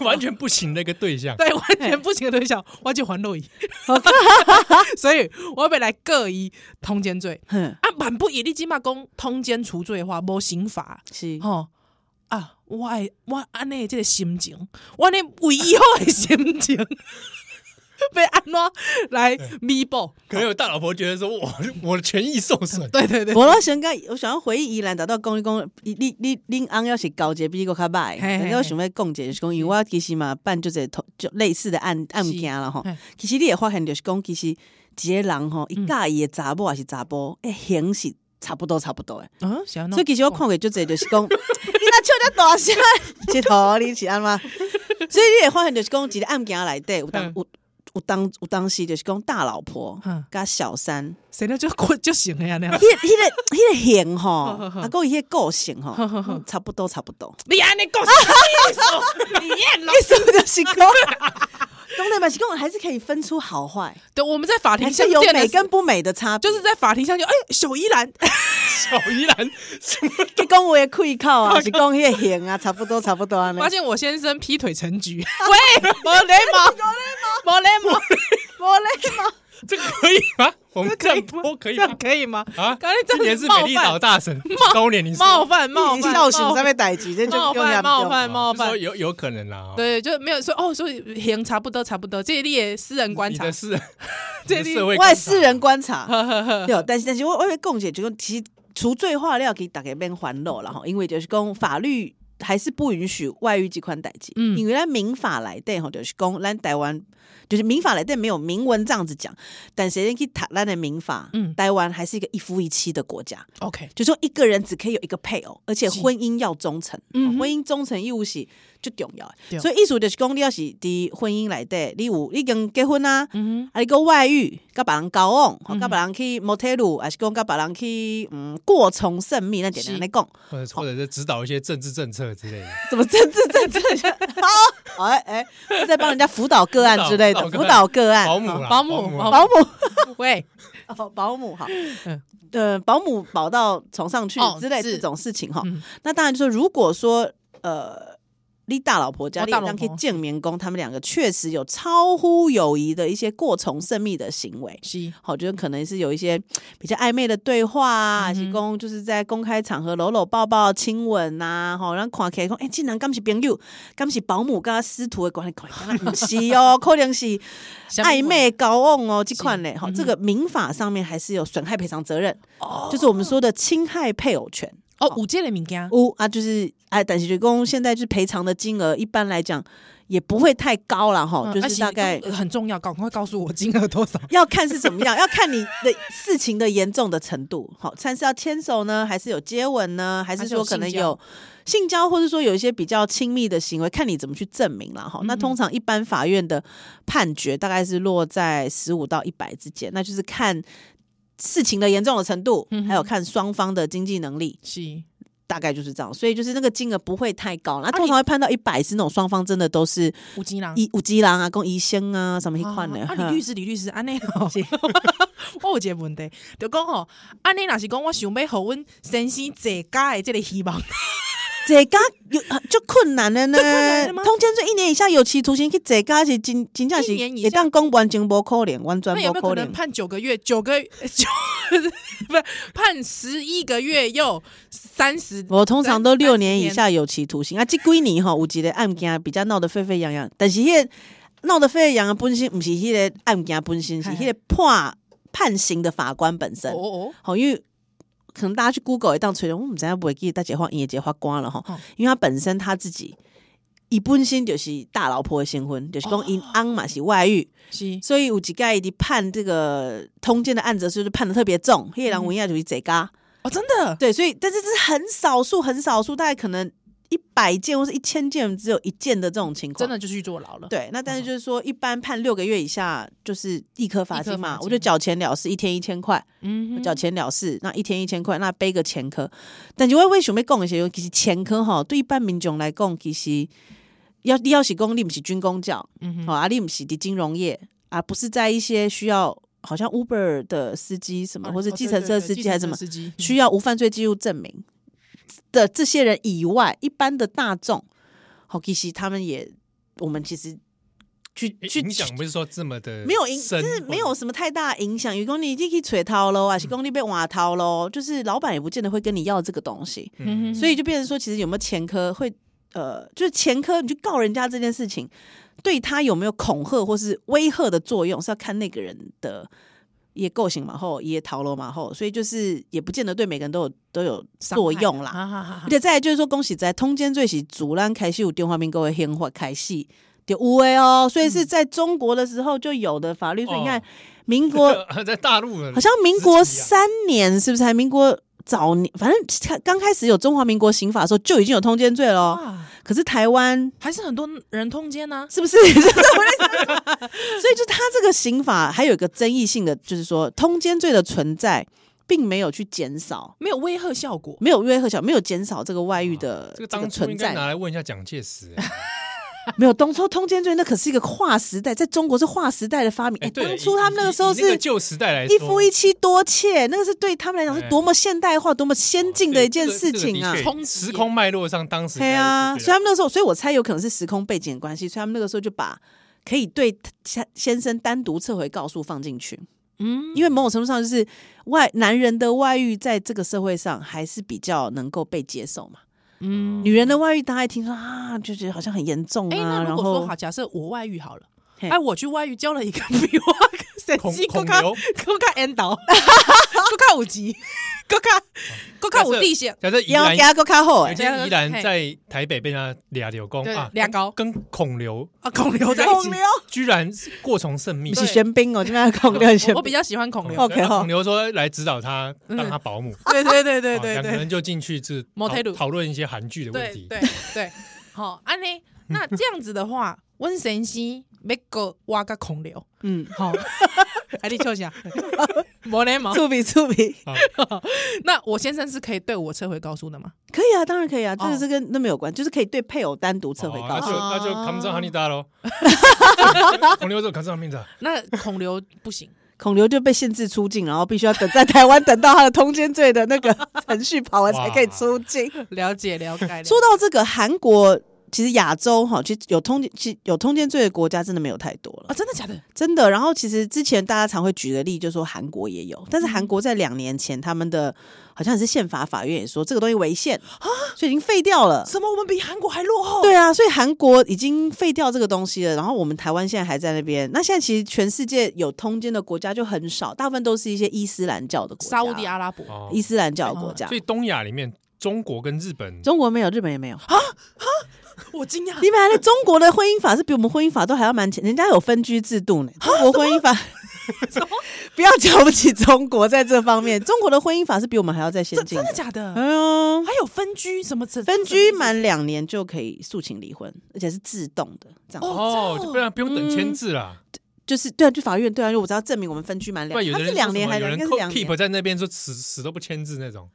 S2: 完全不行的一个对象。
S1: 哦对，完全不行的对象，我就还落 伊， 所以我要来告伊通奸罪
S3: 哼，
S1: 啊，万不一你即嘛讲通奸除罪的话，无刑罚。
S3: 是
S1: 吼、啊，我的我安尼即个心情，我安尼唯一好的心情， 要安怎来弥补？
S2: 可能有大老婆觉得说，我我的权益受损，
S1: 对对 对，
S3: 我老想讲，我想要回忆宜兰，达到讲一讲，你你你恁翁要是高阶比我较歹，
S1: 嘿嘿嗯
S3: 但是我想要讲者就是讲，因为我其实嘛办就这同就类似的案案件了吼
S1: 嘿。嗯
S3: 其实你也发现就是讲，其实一个人吼，伊介意的查某还是查甫，诶，形是差不多差不多诶。
S1: 嗯，哦是安怎
S3: 哦所以其实我看过就这就是讲， 你若笑得大声，这头你是安 吗？所以你也发现就是讲，一个案件内底有当
S1: 嗯
S3: 有有当有当时就是讲大老婆
S1: 嗯
S3: 甲小三。
S1: 谁了就困就行了呀，那样
S3: 迄。迄个迄个型 吼，
S1: 呵呵
S3: 啊，有迄个个 性吼，嗯差不多差不多。
S1: 你安尼讲啥意思？你演了。
S3: 意思就是 讲，懂得嘛？是讲还是可以分出好坏，
S1: 对，我们在法
S3: 还
S1: 庭
S3: 是
S1: 相
S3: 有
S1: 见
S3: 美
S1: 的时候，
S3: 跟不美的差别。
S1: 就是在法庭上就哎，小依 兰，
S2: 小依兰什么
S3: 去讲我的开口啊，还是讲迄个型啊，差不多差不多安尼。
S1: 发 现我先生劈腿成局， 喂，莫雷毛，莫雷毛，
S3: 无咧嘛，
S2: 这个可以吗？我们这
S1: 可以
S2: 样
S1: 吗
S2: 播可以
S1: 这样
S2: 吗？
S1: 可以 吗？
S2: 啊，
S1: 刚才这
S2: 今年
S1: 样
S2: 是
S1: 子
S2: 美
S1: 冒
S2: 丽岛
S1: 犯，
S2: 大神周年，你是
S1: 冒犯，冒
S3: 你
S1: 犯，
S3: 孝顺
S1: 冒
S3: 上
S1: 犯
S3: 面代志，这就
S1: 冒
S3: 用也
S1: 犯，
S3: 不用
S1: 冒犯，冒
S2: 哦就说
S1: 犯。
S2: 有有可能啦。，
S1: 对，就没有说哦，所以行差不多，差不多，这是你的私人观
S2: 你
S1: 察
S2: 的。是
S1: 这
S2: 这
S1: 里
S2: 社会
S3: 我
S2: 观
S3: 的
S2: 察
S3: 私人 观察，对，但是但是我我要讲解，就讲其实除罪化料给大家变还漏了哈，因为就是讲法律还是不允许外遇这款代志，
S1: 嗯
S3: 因为咱民法来底吼，就是讲咱台湾就是民法来底没有明文这样子讲，但谁先去谈咱的民法，
S1: 嗯
S3: 台湾还是一个一夫一妻的国家，
S1: OK，
S3: 就说一个人只可以有一个配偶，而且婚姻要忠诚，
S1: 嗯哼
S3: 婚姻忠诚义务是最重要
S1: 对
S3: 的。所以意思就是讲，你要是伫婚姻内底，你有你已经结婚啊，
S1: 嗯
S3: 啊你个外遇，甲别人交往，
S1: 嗯哼
S3: 甲别人去 motel，还是讲甲别人去嗯过从甚密，那简单来讲，
S2: 或者或者是指导一些政治政策之类的。
S3: 怎么政治政治 好哎哎，在帮人家辅导个案之类的，
S2: 辅
S3: 辅
S2: 导
S3: 导个案，
S2: 保姆啦，
S1: 保姆保
S2: 啦
S3: 保姆
S1: 哼，喂，
S3: 哦，保姆好
S1: 嗯，
S3: 呃，保姆保到床上去
S1: 哦
S3: 之类
S1: 是
S3: 这种事情哈
S1: 嗯。
S3: 那当然就是说，如果说呃，你大老婆家
S1: 我
S3: 里
S1: 大老
S3: 让可以
S1: 婆
S3: 证明公他们两个确实有超乎友谊的一些过从甚密的行为。
S1: 是，
S3: 好，就是可能是有一些比较暧昧的对话啊，还是公就是在公开场合搂搂抱抱、亲吻呐、啊，吼，让看起来讲，哎、竟然敢是朋友，敢是保姆，跟他师徒的关系，可能不是哦，可能是暧昧交往哦，这款嘞，好，这个民法上面还是有损害赔偿责任，就是我们说的侵害配偶权。
S1: 哦，五 G 的物件，
S3: 哦啊，就是哎，但是就公现在就是赔偿的金额，一般来讲也不会太高了哈，
S1: 嗯
S3: 就
S1: 啊
S3: 是大概
S1: 呃很重要，赶快告诉我金额多少。
S3: 要看是怎么样，要 看你的事情的严重的程度。好，看是要牵手呢，还是有接吻呢，还是
S1: 还是
S3: 说
S1: 有
S3: 可能
S1: 性交
S3: 有性交，或者说有一些比较亲密的行为，看你怎么去证明了哈。
S1: 嗯
S3: 那通常一般法院的判决大概是落在十五到一百之间，那就是看事情的严重的程度，
S1: 嗯
S3: 还有看双方的经济能力，
S1: 是，
S3: 大概就是这样。所以就是那个金额不会太高，那
S1: 啊你
S3: 通常会判到一百是那种双方真的都是
S1: 五 G 啦。
S3: 一有基郎啊，跟医生啊什么一款的。哦
S1: 啊，
S3: 哼
S1: 李律师，李律师，安尼吼， 我有一个问题，就讲吼，安尼若是讲我想要互阮先生坐家的这个希 望，
S3: 坐家有啊就困难了呢
S1: 难了。吗
S3: 通奸罪一年以下有期徒刑去坐家是真真正是，
S1: 一年以下
S3: 也当公完全无可能，完全
S1: 那有
S3: 无
S1: 没有可
S3: 可
S1: 能
S3: 能。
S1: 判九个月？九个九 不是判十一个月又三十？
S3: 我通常都
S1: 三
S3: 六年以下有期徒刑啊，这几年吼有一个案件比较闹得沸沸扬扬，但是迄、个闹得沸沸扬扬的本身不是迄个案件本身，是
S1: 嘿
S3: 迄个判判刑的法官本身
S1: 哦。哦，
S3: 好，因为可能大家去 Google 一当吹，我们怎样不会记得大姐花也姐花光了哈
S1: 嗯，
S3: 因为他本身他自己。伊本身就是大老婆的新婚，就是讲
S1: 哦
S3: 因翁嘛是外遇，
S1: 是
S3: 所以有一盖的判这个通奸的案子，就是判的特别重，黑人文亚就是这嘎。
S1: 哦，真的
S3: 对，所以但是这是很少数，很少数，大概可能一百件或是一千件，只有一件的这种情况。
S1: 真的嗯就去坐牢了。
S3: 对，那但是就是说，一般判六个月以下就是一颗罚
S1: 一颗
S3: 金嘛
S1: 罚，金
S3: 我就缴钱了事，一天一千块。
S1: 嗯哼，
S3: 缴钱了事，那一天一千块，那背个前科。但是我为想要讲的是，其实前科吼，对一般民众来讲，其实要你要是讲你不是军工教，
S1: 嗯哼
S3: 吼、啊，你不是的金融业啊，不是在一些需要好像 Uber 的司机什么，
S1: 哦
S3: 或是
S1: 哦
S3: 计
S1: 对
S3: 程
S1: 对
S3: 车
S1: 对
S3: 司
S1: 计
S3: 机
S1: 程
S3: 还是什
S1: 车
S3: 么
S1: 司机嗯
S3: 需要无犯罪记录证明的这些人以外，一般的大众，好、其实他们也，我们其实去去
S2: 影响不是说这么的
S3: 没有影，
S2: 深哦
S3: 就是没
S2: 或
S3: 有什么太大影响。如果你你去锤掏喽，啊，是功力被挖掏喽，就是老板也不见得会跟你要这个东西，
S2: 者
S1: 嗯哼
S3: 所以就变成说，其实有没有前科会呃，就是前科你去告人家这件事情，对他有没有恐吓或是威吓的作用，是要看那个人的。也构行嘛后，也逃楼嘛后，所以就是也不见得对每个人都有都有
S1: 啊
S3: 作用啦。哦
S1: 哈哈哈
S3: 而。且再来就是说，恭喜在通奸罪是阻拦开始有电话并各位宪法开始就有的哦，所以是在中国的时候就有的法律。所以你看
S2: 嗯哦，
S3: 民国
S2: 在大陆
S3: 好像民国
S2: 时期啊
S3: 三年是不是？还民国早年，反正刚开始有中华民国刑法的时候就已经有通奸罪了哦。
S1: 哇，
S3: 可是台湾
S1: 还是很多人通奸啊呢、
S3: 是不 是？就是我在想所以就他这个刑法还有一个争议性的，就是说通奸罪的存在并没有去减少。
S1: 没有威吓效果。
S3: 没有约和小，没有减少这个外遇的
S2: 哦这个当初
S3: 存
S2: 应
S3: 在
S2: 该，拿来问一下蒋介 石，哎
S3: 没有，东抽通奸罪那可是一个划时代，在中国是划时代的发明。哎、
S2: 哎，对，
S3: 当
S2: 以
S3: 初他们那个时候
S2: 以以那
S3: 是
S2: 旧时代来说，哦
S3: 一夫一妻多妾，那个是对他们来讲是多么现代化、多么先进的一件事情啊
S2: 这个这个的！确
S1: 冲击
S2: 时空脉络上，当时
S3: 对啊，所以
S2: 虽
S3: 他
S2: 然
S3: 们那时候，所以我猜有可能是时空背景的关系，所以他们那个时候就把可以对先先生单独撤回告诉放进去，
S1: 嗯，
S3: 因为某种程度上就是外男人的外遇在这个社会上还是比较能够被接受嘛。
S1: 嗯
S3: 女人的外遇，大家一听说啊，就觉得好像很严重啊。
S1: 哎、那
S3: 然
S1: 如
S3: 后
S1: 果说好，假设我外遇好了，
S3: 嘿
S1: 哎，我去外遇交了一个比我神
S2: 孔
S1: 经更
S2: 孔
S1: 加
S2: 刘
S1: 更加 N 导， 更加有级，更加更加有地形，
S2: 假设宜
S3: 要
S2: 兰
S3: 给，他够靠后哎
S2: 假。设宜兰在台北被他俩流公
S1: 对
S2: 啊，
S1: 俩高
S2: 跟孔刘
S1: 啊，孔刘在一
S3: 孔
S1: 起。
S3: 刘
S2: 居然是过从甚密
S3: 不。是
S1: 对
S3: 玄彬哦，这边孔刘玄
S1: 我比
S3: 彬。
S1: 较喜欢孔
S2: 孔
S1: 刘
S2: 刘，
S3: OK，
S2: 然后
S3: 好
S2: 孔刘说来指导他
S1: 嗯
S2: 当他保姆，
S1: 对对对对
S2: 啊
S1: 对
S2: 两个
S1: 对
S2: 人就进去是讨
S1: Motel
S2: 讨论一些韩剧的问
S1: 对
S2: 题。
S1: 对对，好，安妮，那这样子的话，温神西没个挖个孔 刘，
S3: 嗯，
S1: 好，哎，你笑一下，没礼貌。
S3: 触笔触笔，
S2: 啊，
S1: 那我先生是可以对我撤回告诉的吗？
S3: 可以啊，当然可以啊，这
S1: 哦
S3: 个是跟那没有关，就是可以对配偶单独撤回
S2: 哦
S3: 告
S2: 那
S3: 诉。
S2: 就
S1: 哦
S2: 那就扛上哈尼达喽。
S3: 哦
S2: 孔刘说扛上哈尼达，
S1: 那孔刘不行，
S3: 孔刘就被限制出境，然后必须要等在台湾等到他的通奸罪 的那个程序跑完才可以出境。
S1: 了解了解。
S3: 说到这个韩国其实亚洲哈，其实有通其实有通奸罪的国家真的没有太多了
S1: 啊，，真的假的？
S3: 真的。然后其实之前大家常会举的例，就说韩国也有，但是韩国在两年前他们的好像也是宪法法院也说这个东西违宪啊，所以已经废掉了。
S1: 什么？我们比韩国还落后？
S3: 对啊，所以韩国已经废掉这个东西了，然后我们台湾现在还在那边。那现在其实全世界有通奸的国家就很少，大部分都是一些伊斯兰教的国家，
S1: 沙烏地阿拉伯，
S2: 哦
S3: 伊斯兰教的国家
S2: 所。以东亚里面，中国跟日本
S3: 啊中国没有，日本也没有。啊
S1: 我惊讶，
S3: 你本来中国的婚姻法是比我们婚姻法都还要蛮前，人家有分居制度呢。
S1: 啊
S3: 中国婚姻法， 不要瞧不起中国在这方面，中国的婚姻法是比我们还要再先
S1: 这
S3: 进
S1: 真的。假的？
S3: 哎呦，
S1: 还有分居什么？
S3: 分居满两年就可以诉请离婚，而且是自动的，这样、
S2: 哦，就不然不用等签字啦。
S3: 就是对啊，就法院对啊，就我只要证明我们分居满
S2: 不
S3: 两，
S2: 然有
S3: 他
S2: 的
S3: 们
S2: 人说
S3: 是两
S2: 什
S3: 年
S2: 么
S3: 还
S2: 有
S3: 两
S2: 人
S3: 年
S2: 扣
S3: 两
S2: keep 啊
S3: 年，
S2: 在那边说死死都不签字那种。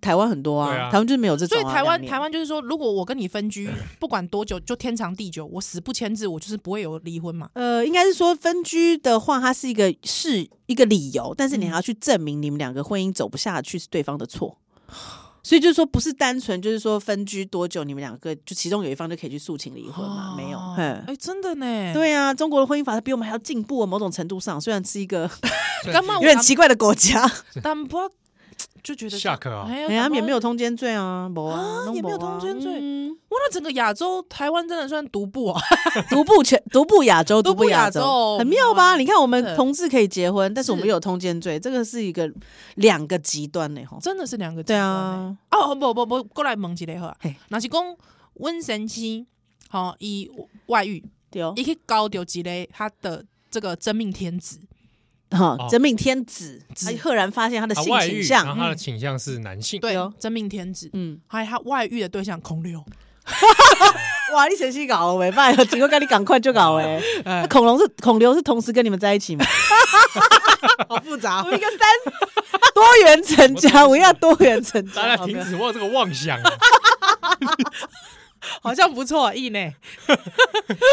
S3: 台湾很多
S2: 对
S3: 啊，
S2: 啊
S3: 台湾就是没有这种
S1: 所
S3: 啊、
S1: 以台湾
S3: 两年
S1: 台湾就是说，如果我跟你分居， 不管多久，就天长地久，我死不签字，我就是不会有离婚嘛。
S3: 呃，应该是说分居的话，它是一个是一个理由，但是
S1: 嗯
S3: 你还要去证明你们两个婚姻走不下去是对方的错。所以就是说，不是单纯就是说分居多久，你们两个就其中有一方就可以去诉请离婚嘛？没有
S1: 哦，
S3: 嗯
S1: 哎，真的呢。，
S3: 对啊，中国的婚姻法它比我们还要进步啊，某种程度上，虽然是一个
S1: 干嘛
S3: 有
S1: 我
S3: 点奇怪的国家，
S1: 但不要就觉得
S2: 下课啊
S1: 哎呀
S3: 哎，他们也
S1: 搞不
S3: 没。
S1: 好
S3: 有通奸罪啊，没啊
S1: 啊，
S3: 都
S1: 也没有
S3: 没啊
S1: 通奸罪
S3: 嗯
S1: 哇，那整个亚洲，台湾真的算独步 啊！
S3: 独步全独步亚洲，
S1: 独
S3: 独
S1: 步
S3: 步亚
S1: 亚洲
S3: 很妙吧？
S1: 哇
S3: 你看我们
S1: 真的
S3: 同志可以结婚，但是我们
S1: 是
S3: 又有通奸罪，这个是一个两个极端呢，吼。
S1: 真的是两个极
S3: 对
S1: 端
S3: 啊，
S1: 欸。哦，不不不，过来问一下好啊
S3: 嘿。
S1: 若是讲温神妻，吼，伊外遇，
S3: 对哦
S1: 伊去交到一个他的这个真命天子，
S3: 哈
S2: 哦，
S3: 真命天子，他赫然发现他的
S2: 啊，
S3: 性
S2: 外
S3: 倾
S2: 遇，
S3: 向，嗯
S2: 然后他的倾向是男性。
S1: 对
S3: 哦，
S1: 真命天子，
S3: 嗯，
S1: 还有他外遇的对象孔刘，
S3: 哇，你神气搞喂，爸，有结果赶你赶快就搞喂。那 恐龙是孔刘是同时跟你们在一起吗？ 好复杂，我一个三多元成 家，我要多元成家，
S2: 大家
S3: 好没
S2: 停
S3: 有
S2: 止我有这个妄 想啊，
S1: 好像不错，意呢。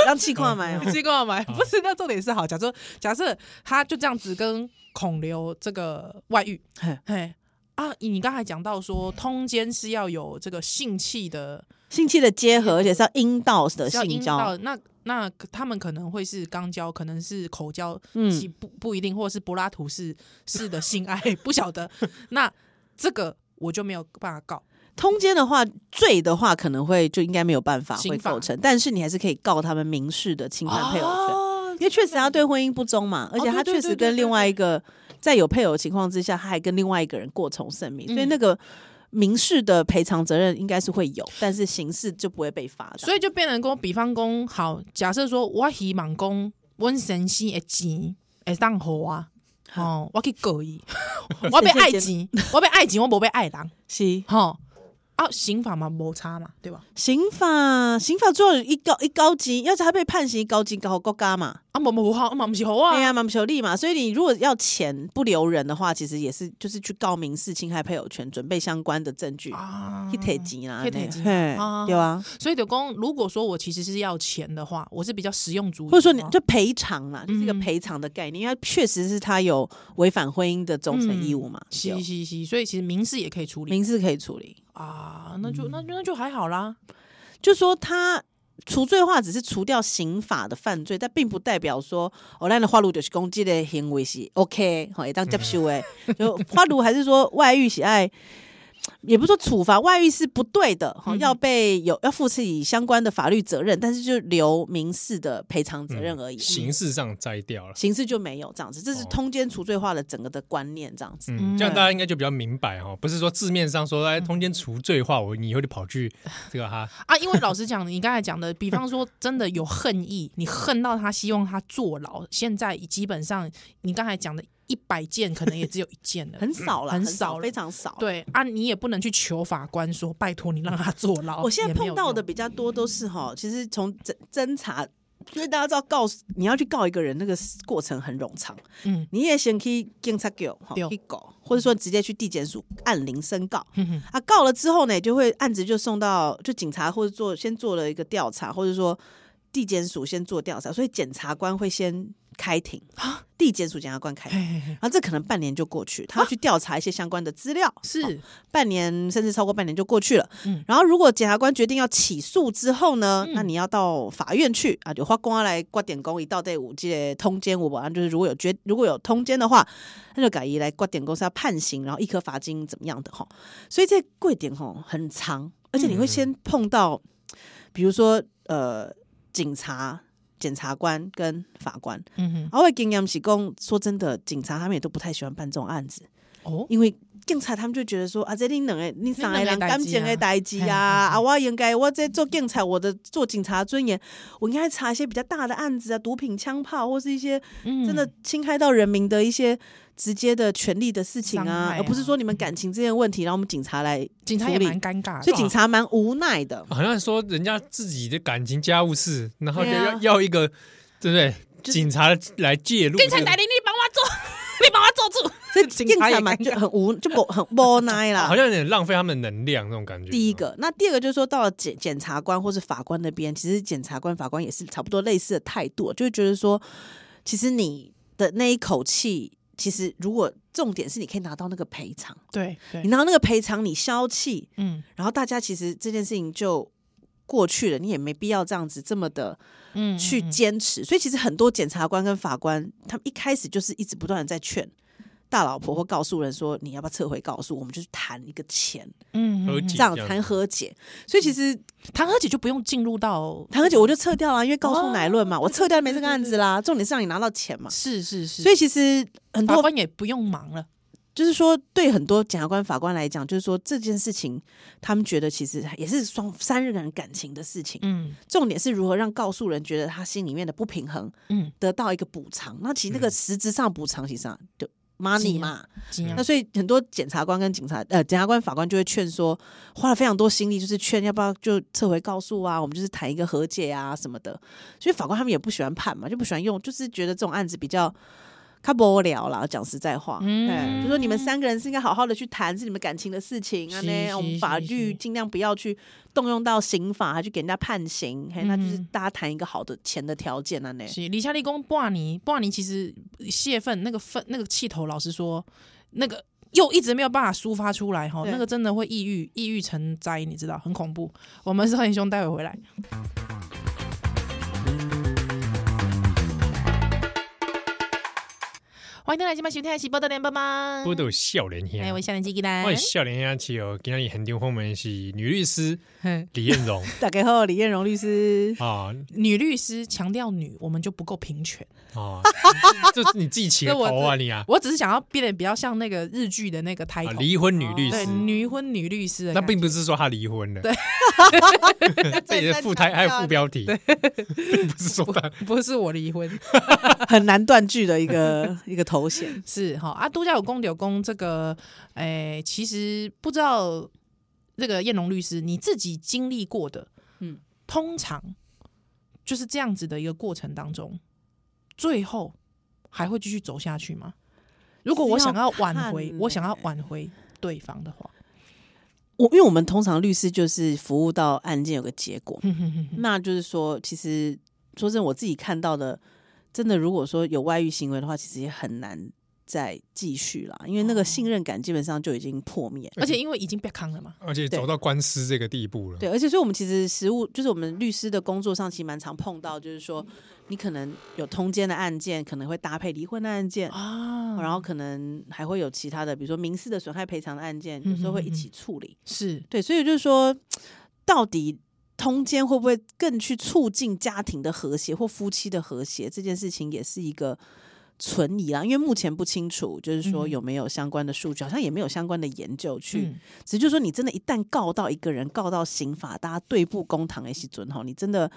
S3: 让气矿买哦。
S1: 这个买不 是？那重点是好，假设假设他就这样子跟孔刘这个外遇
S3: 嘿，
S1: 嘿啊，你刚才讲到说通奸是要有这个性器的，
S3: 性器的结合，而且是要阴道的
S1: 是要
S3: 性
S1: 阴
S3: 交
S1: 道，，那那他们可能会是肛交，可能是口交，其
S3: 嗯，
S1: 不不一定，或是柏拉图式式的性爱， 不晓得。那这个我就没有办法告，
S3: 通奸的话，罪的话可能会就应该没有办法会
S1: 刑法
S3: 构成，但是你还是可以告他们民事的侵犯配偶权。
S1: 哦
S3: 因为确实他对婚姻不忠嘛，而且他
S1: 对对
S3: 确实
S1: 对对
S3: 跟
S1: 对
S3: 另外一个在有配偶情况之下，他还跟另外一个人过从甚密，所以
S1: 嗯
S3: 那个民事的赔偿责任应该是会有，但是刑事就不会被罚的。
S1: 所以就变成讲，比方讲，好，假设说我希望讲，阮先生的钱会当互我，哦，我去告 伊，我被爱钱，我被爱钱，我无被爱人，
S3: 是
S1: 吼、啊，刑法嘛无差嘛，对吧？
S3: 刑法，刑法最后一高一高级，要是他被判刑，高级高国家嘛，
S1: 啊，无无好，嘛毋是好
S3: 哎
S1: 啊，
S3: 呀，蛮不求利嘛。所以你如果要钱不留人的话，其实也是就是去告民事侵害配偶权，准备相关的证据。
S1: 啊
S3: 去提钱啦，
S1: 去
S3: 这样
S1: 提钱
S3: 嘿
S1: 啊
S3: 对啊，
S1: 所以就讲，如果说我其实是要钱的话，我是比较实用主义的
S3: 或者说你
S1: 话
S3: 就赔偿啦，就是一个
S1: 嗯
S3: 赔偿的概念，因为它确实是他有违反婚姻的忠诚义务嘛，对哦
S1: 嗯是是是，所以其实民事也可以处理
S3: 民嗯事可以处理。
S1: 啊，那就那就那就还好啦。
S3: 就说他除罪化只是除掉刑法的犯罪，但并不代表说哦，那的花路就是攻击的行为是 OK，好也哦当接 受诶。就花路还是说外遇喜爱。也不是说处罚外遇是不对的，哈、
S1: 嗯
S3: 要被有要负起相关的法律责任，但是就留民事的赔偿责
S1: 嗯
S3: 任而已。嗯
S2: 形式上摘掉了。
S3: 刑事就没有这样子，这是
S2: 哦
S3: 通奸除罪化的整个的观念这样子。
S2: 嗯，这样大家应该就比较明白哈，不是说字面上说哎
S3: 嗯
S2: 通奸除罪化，我以后就跑去这个哈，
S1: 啊，因为老实讲，你刚才讲的，比方说真的有恨意，你恨到他希望他坐牢，现在基本上你刚才讲的一百件，可能也只有一件了。
S3: 很少了，
S1: 嗯很
S3: 少，
S1: 少了
S3: 非常少。，
S1: 对啊，你也不能去求法官说拜托你让他坐牢。
S3: 我现
S1: 哦
S3: 在
S1: 也没
S3: 碰
S1: 有
S3: 到的
S1: 用
S3: 比较多都是哈，其实从侦侦查，因为大家知道告你要去告一个人，那个过程很冗长，
S1: 嗯，
S3: 你也先去警察局哈
S1: 对哦
S3: 去告，或者说直接去地检署按铃申告。
S1: 哼哼
S3: 啊，告了之后呢，就会案子就送到就警察或者做先做了一个调查，或者说地检署先做调查，所以检察官会先开庭，地检署检察官开庭。
S1: 啊嘿啊嘿嘿
S3: 然后这可能半年就过去，他要去调查一些相关的资料，
S1: 是
S3: 半年甚至超过半年就过去了。
S1: 嗯
S3: 然后如果检察官决定要起诉之后呢，那你要到法院去啊，就花光来挂点工，一到第五届通奸，我保安就是如果有决如果有通奸的话，那就改一来挂点工是要判刑，然后一颗罚金怎么样的哈。所以这贵点吼很长，而且你会先碰到，比如说呃警察。检察官跟法官，
S1: 嗯哼，
S3: 然后我的经验是讲，说真的，警察他们也都不太喜欢办这种案子，
S1: 哦，
S3: 因为警察他们就觉得说啊，这恁两个、恁三个
S1: 恁两
S3: 人
S1: 个
S3: 感情的代志
S1: 代志
S3: 啊，
S1: 啊
S3: 啊，我应该我在做警察，我的做警察尊严，我应该查一些比较大的案子啊，毒品、枪炮或是一些
S1: 真
S3: 真的侵害到人民的一些直接的权利的事情
S1: 伤
S3: 啊，
S1: 害啊
S3: 而不是说你们感情之间的问题，然后我们警察来，
S1: 警察也
S3: 处理
S1: 蛮尴尬的，哦
S3: 所以警察蛮无奈的，
S2: 好像说人家自己的感情家务事，然后就
S3: 对
S2: 要、
S3: 啊
S2: 要一个对不对？警察来介入、这
S1: 警
S2: 个，
S1: 察带领你帮我 做，你帮我做主，
S3: 所 以警察
S1: 也
S3: 蛮
S1: 尴
S3: 就
S1: 尬
S3: 很无就不很无奈 啦，
S2: 哦好像有点浪费他们能量那种感觉。
S3: 第一个，那第二个就是说，到了检检察官或是法官那边，其实检察官、法官也是差不多类似的态度，就会觉得说，其实你的那一口气，其实如果重点是你可以拿到那个赔偿，
S1: 对
S3: 你
S1: 对，
S3: 拿到那个赔偿，你消气，
S1: 嗯
S3: 然后大家其实这件事情就过去了，你也没必要这样子这么的
S1: 嗯，
S3: 去
S1: 嗯
S3: 坚持。所以其实很多检察官跟法官，他们一开始就是一直不断的在劝。大老婆或告诉人说你要不要撤回告诉，我们就去谈一个钱，
S1: 嗯嗯
S2: 和
S1: 嗯
S2: 解
S3: 这样
S2: 这样
S3: 谈和解。所以其实
S1: 谈和解就不用进入到，
S3: 堂哥姐，我就撤掉了，因为告
S1: 哦
S3: 诉乃论嘛，我撤掉没这个案子啦。重点是让你拿到钱嘛，
S1: 是是是，
S3: 所以其实很
S1: 法
S3: 多
S1: 官也不用忙了，
S3: 就是说，对很多检察官、法官来讲，就是说这件事情，他们觉得其实也是双三人感情的事情。
S1: 嗯
S3: 重点是如何让告诉人觉得他心里面的不平衡
S1: 嗯，
S3: 得到一个补偿。那其实那个实质上补偿，其实上就 money 嘛，
S1: 怎样
S3: 那所以很多检察官跟警察呃检察官、法官就会劝说，花了非常多心力，就是劝要不要就撤回告诉啊，我们就是谈一个和解啊什么的。所以法官他们也不喜欢判嘛，就不喜欢用，就是觉得这种案子比较。他不聊啦，讲实在话，
S1: 嗯
S3: 嗯，就说你们三个人是应该好好的去谈，是你们感情的事情啊，
S1: 是
S3: 呢，
S1: 是
S3: 我们法
S1: 是
S3: 律
S1: 是
S3: 尽量不要去动用到刑法，还去给人家判刑，嘿，那就是
S1: 嗯
S3: 大家谈一个好的钱的条件啊，呢，
S1: 是李夏利公布尼布尼其实泄愤那个愤那个气头，老实说，那个又一直没有办法抒发出来哈，
S3: 对
S1: 那个真的会抑郁，抑郁成灾，你知道，很恐怖。我们是很凶，待会回来。欢迎回来今晚收听的是《波多连帮帮》，
S2: 不过都有笑脸
S1: 哎，我
S2: 兄，
S1: 是夏连基基丹
S2: 我，的笑脸兄其哦，今天很丢后面是女律师
S1: 嘿
S2: 李艳荣
S3: 大家好，李艳荣 律师，
S2: 啊
S1: 女律师强调女，我们就不够平权。
S2: 啊，这是你自己起的头啊你啊
S1: 我只是想要变得比较像那个日剧的那个
S2: 啊
S1: title，、
S2: 离婚女律
S1: 对，
S2: 师，
S1: 离婚女律师的
S2: 那
S1: 感觉。
S2: 并不是说她离婚了，
S1: 对，
S2: 这也是副台还有副标题，并不是说她
S1: 不是我离婚，
S3: 很难断句的一个一个头衔。
S1: 是哈啊，度假有公有公这个，诶、其实不知道这个燕龙律师你自己经历过的，嗯
S3: 嗯，
S1: 通常就是这样子的一个过程当中，最后还会继续走下去吗？如果我想要挽回，
S3: 是要看
S1: 我想要
S3: 欸
S1: 挽回对方的 话，
S3: 我因为我们通常律师就是服务到案件有个结果，
S1: 哼哼哼哼
S3: 那就是说，其实说真的，我自己看到的，真的如果说有外遇行为的话，其实也很难再继续啦，因为那
S1: 哦
S3: 个信任感基本上就已经破灭。
S1: 而且因为已经被坑了嘛，
S2: 而且走到官司这个地步了，
S3: 对，而且所以我们其实实务就是我们律师的工作上，其实蛮常碰到，就是说你可能有通奸的案件，可能会搭配离婚的案件，
S1: 啊，
S3: 嗯然后可能还会有其他的，比如说民事的损害赔偿的案件，有时候会一起处理。
S1: 是
S3: 对，所以就是说，到底通奸会不会更去促进家庭的和谐或夫妻的和谐这件事情，也是一个存疑啦。因为目前不清楚，就是说
S1: 嗯
S3: 有没有相关的数据，好像也没有相关的研究去。
S1: 嗯
S3: 只是就是说，你真的，一旦告到一个人，告到刑法，大家对簿公堂的时准吼，你真的。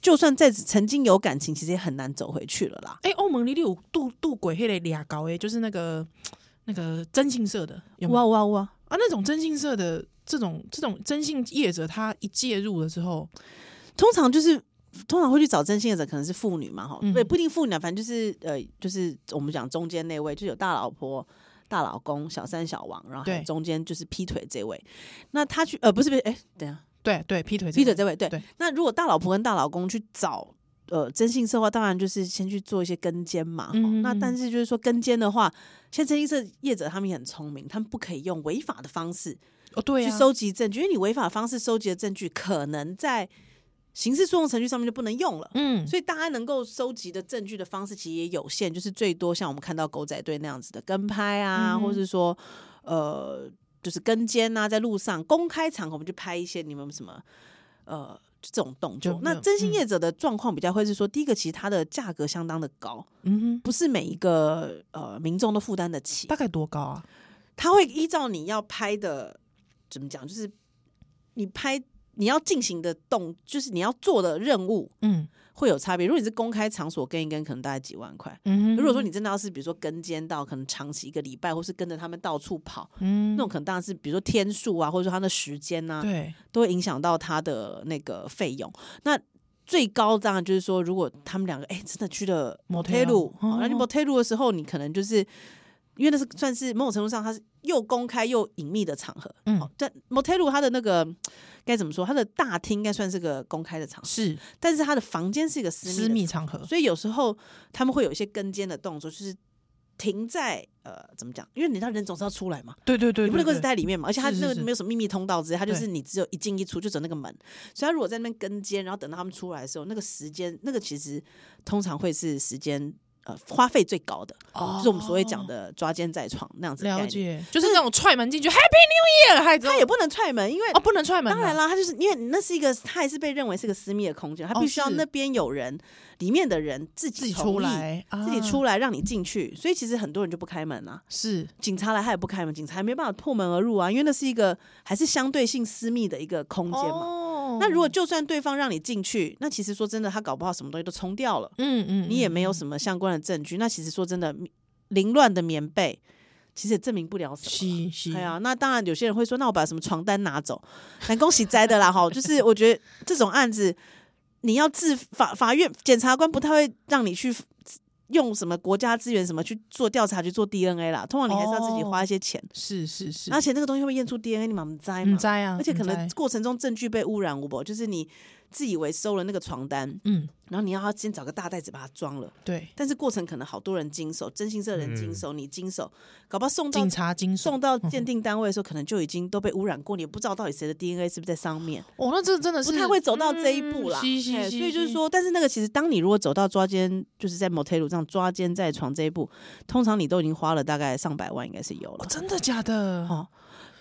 S3: 就算在曾经有感情，其实也很难走回去了啦。
S1: 哎、欧盟里里有渡渡鬼黑的俩高哎，就是那个那个征信社的，有没有
S3: 哇哦哇哇！
S1: 啊？那种征信社的这种这种征信业者，他一介入了之后，
S3: 通常就是通常会去找征信业者，可能是妇女嘛，哈、
S1: 嗯
S3: 对，不一定妇女啊，反正就是呃，就是我们讲中间那位，就是有大老婆、大老公、小三、小王，然后还有
S1: 对
S3: 中间就是劈腿这位。那他去呃，不是不是，哎，等一下，
S1: 对对，劈腿这
S3: 劈腿
S1: 个
S3: 这位对。
S1: 对
S3: 那如果大老婆跟大老公去找呃征信社的话，当然就是先去做一些跟监嘛。吼
S1: 嗯嗯
S3: 那
S1: 嗯
S3: 但是就是说跟监的话，现在征信社业者他们也很聪明，他们不可以用违法的方式
S1: 哦，对
S3: 去
S1: 啊，
S3: 收集证据，因为你违法方式收集的证据，可能在刑事诉讼程序上面就不能用了。
S1: 嗯，
S3: 所以大家能够收集的证据的方式其实也有限，就是最多像我们看到狗仔队那样子的跟拍啊，
S1: 嗯哼
S3: 或是说呃，就是跟监啊，在路上公开场合我们去拍一些你们什么呃这种动
S1: 就
S3: 作。那
S1: 那
S3: 征信
S1: 嗯
S3: 业者的状况比较会是说，第一个其实它的价格相当的高，
S1: 嗯哼，
S3: 不是每一个呃民众都负担得起
S1: 大，概多高啊？
S3: 他会依照你要拍的怎么讲，就是你拍你要进行的动，就是你要做的任务。
S1: 嗯
S3: 会有差别。如果你是公开场所跟一跟，可能大概几万块。
S1: 嗯哼，
S3: 如果说你真的要是比如说跟监到可能长期一个礼拜，或是跟着他们到处跑，
S1: 嗯
S3: 那种可能当然是比如说天数啊，或者说他的时间啊，
S1: 对，
S3: 都会影响到他的那个费用。那最高当然就是说，如果他们两个哎、真的去了
S1: Motel
S3: 路，
S1: 嗯
S3: 好那你 motel 路的时候，你可能就是因为那是算是某种程度上它是又公开又隐秘的场合。
S1: 嗯
S3: 好，但 motel 路它的那个该怎么说，它的大厅应该算是个公开的场所。
S1: 是
S3: 但是他的房间是一个私密的
S1: 私密场合，
S3: 所以有时候他们会有一些跟监的动作，就是停在呃怎么讲？因为你知道人总是要出来嘛，
S1: 对对对，
S3: 你不能够
S1: 对
S3: 是
S1: 对
S3: 在里面嘛，而且他
S1: 是是
S3: 那个
S1: 是
S3: 没有什么秘密通道之类，他就是
S1: 对
S3: 你只有一进一出，就只有那个门。所以他如果在那边跟监，然后等到他们出来的时候，那个时间那个其实通常会是时间呃花费最高的，
S1: 哦
S3: 就是我们所谓讲的抓奸在床那样子的概
S1: 了
S3: 念。
S1: 解，就是那种踹门进去 Happy New Year，还
S3: 他也不能踹门，因为
S1: 哦不能踹门啊，
S3: 当然啦，他就是因为那是一个，他还是被认为是个私密的空间，他
S1: 哦
S3: 必须要
S1: 是
S3: 那边有人，里面的人自
S1: 自己
S3: 己同
S1: 出
S3: 意，
S1: 来，
S3: 自己
S1: 啊
S3: 出来让你进去，所以其实很多人就不开门啊。
S1: 是
S3: 警察来他也不开门，警察也没办法破门而入啊，因为那是一个还是相对性私密的一个空间嘛。
S1: 哦
S3: 那如果就算对方让你进去，那其实说真的，他搞不好什么东西都冲掉了，
S1: 嗯嗯，
S3: 你也
S1: 嗯
S3: 没有什么相关的证据。那其实说真的，凌乱的棉被其实也证明不了什
S1: 是
S3: 么。
S1: 是，
S3: 哎呀，那当然有些人会说，那我把什么床单拿走，但恭喜摘的啦哈。就是我觉得这种案子，你要自法法院检察官不太会让你去用什么国家资源什么去做调查去做 DNA 啦，通常你还是要自己花一些钱，
S1: 是是哦是，
S3: 而且那个东西会验出 DNA，你满摘
S1: 唔
S3: 嘛
S1: 知，啊，
S3: 而且
S1: 唔
S3: 可能
S1: 知
S3: 过程中证据被污染无不，就是你自以为收了那个床单，
S1: 嗯
S3: 然后你要他先找个大袋子把它装了，
S1: 对，
S3: 但是过程可能好多人经手，征信社人经手，你经手，搞不好送到
S1: 警察嗯经手
S3: 送到鉴定单位的时候，可能就已经都被污染过，你也不知道到底谁的 DNA 是不是在上面，
S1: 哦，那这真的
S3: 不
S1: 是
S3: 太会走到这一步啦。
S1: 嗯是是
S3: 嘿
S1: 是
S3: 所以就是
S1: 是
S3: 说，但是那个其实，当你如果走到抓奸，就是在 motel 上抓奸在床这一步，通常你都已经花了大概上百万，应该是有了
S1: 哦，。真的假的？
S3: 哦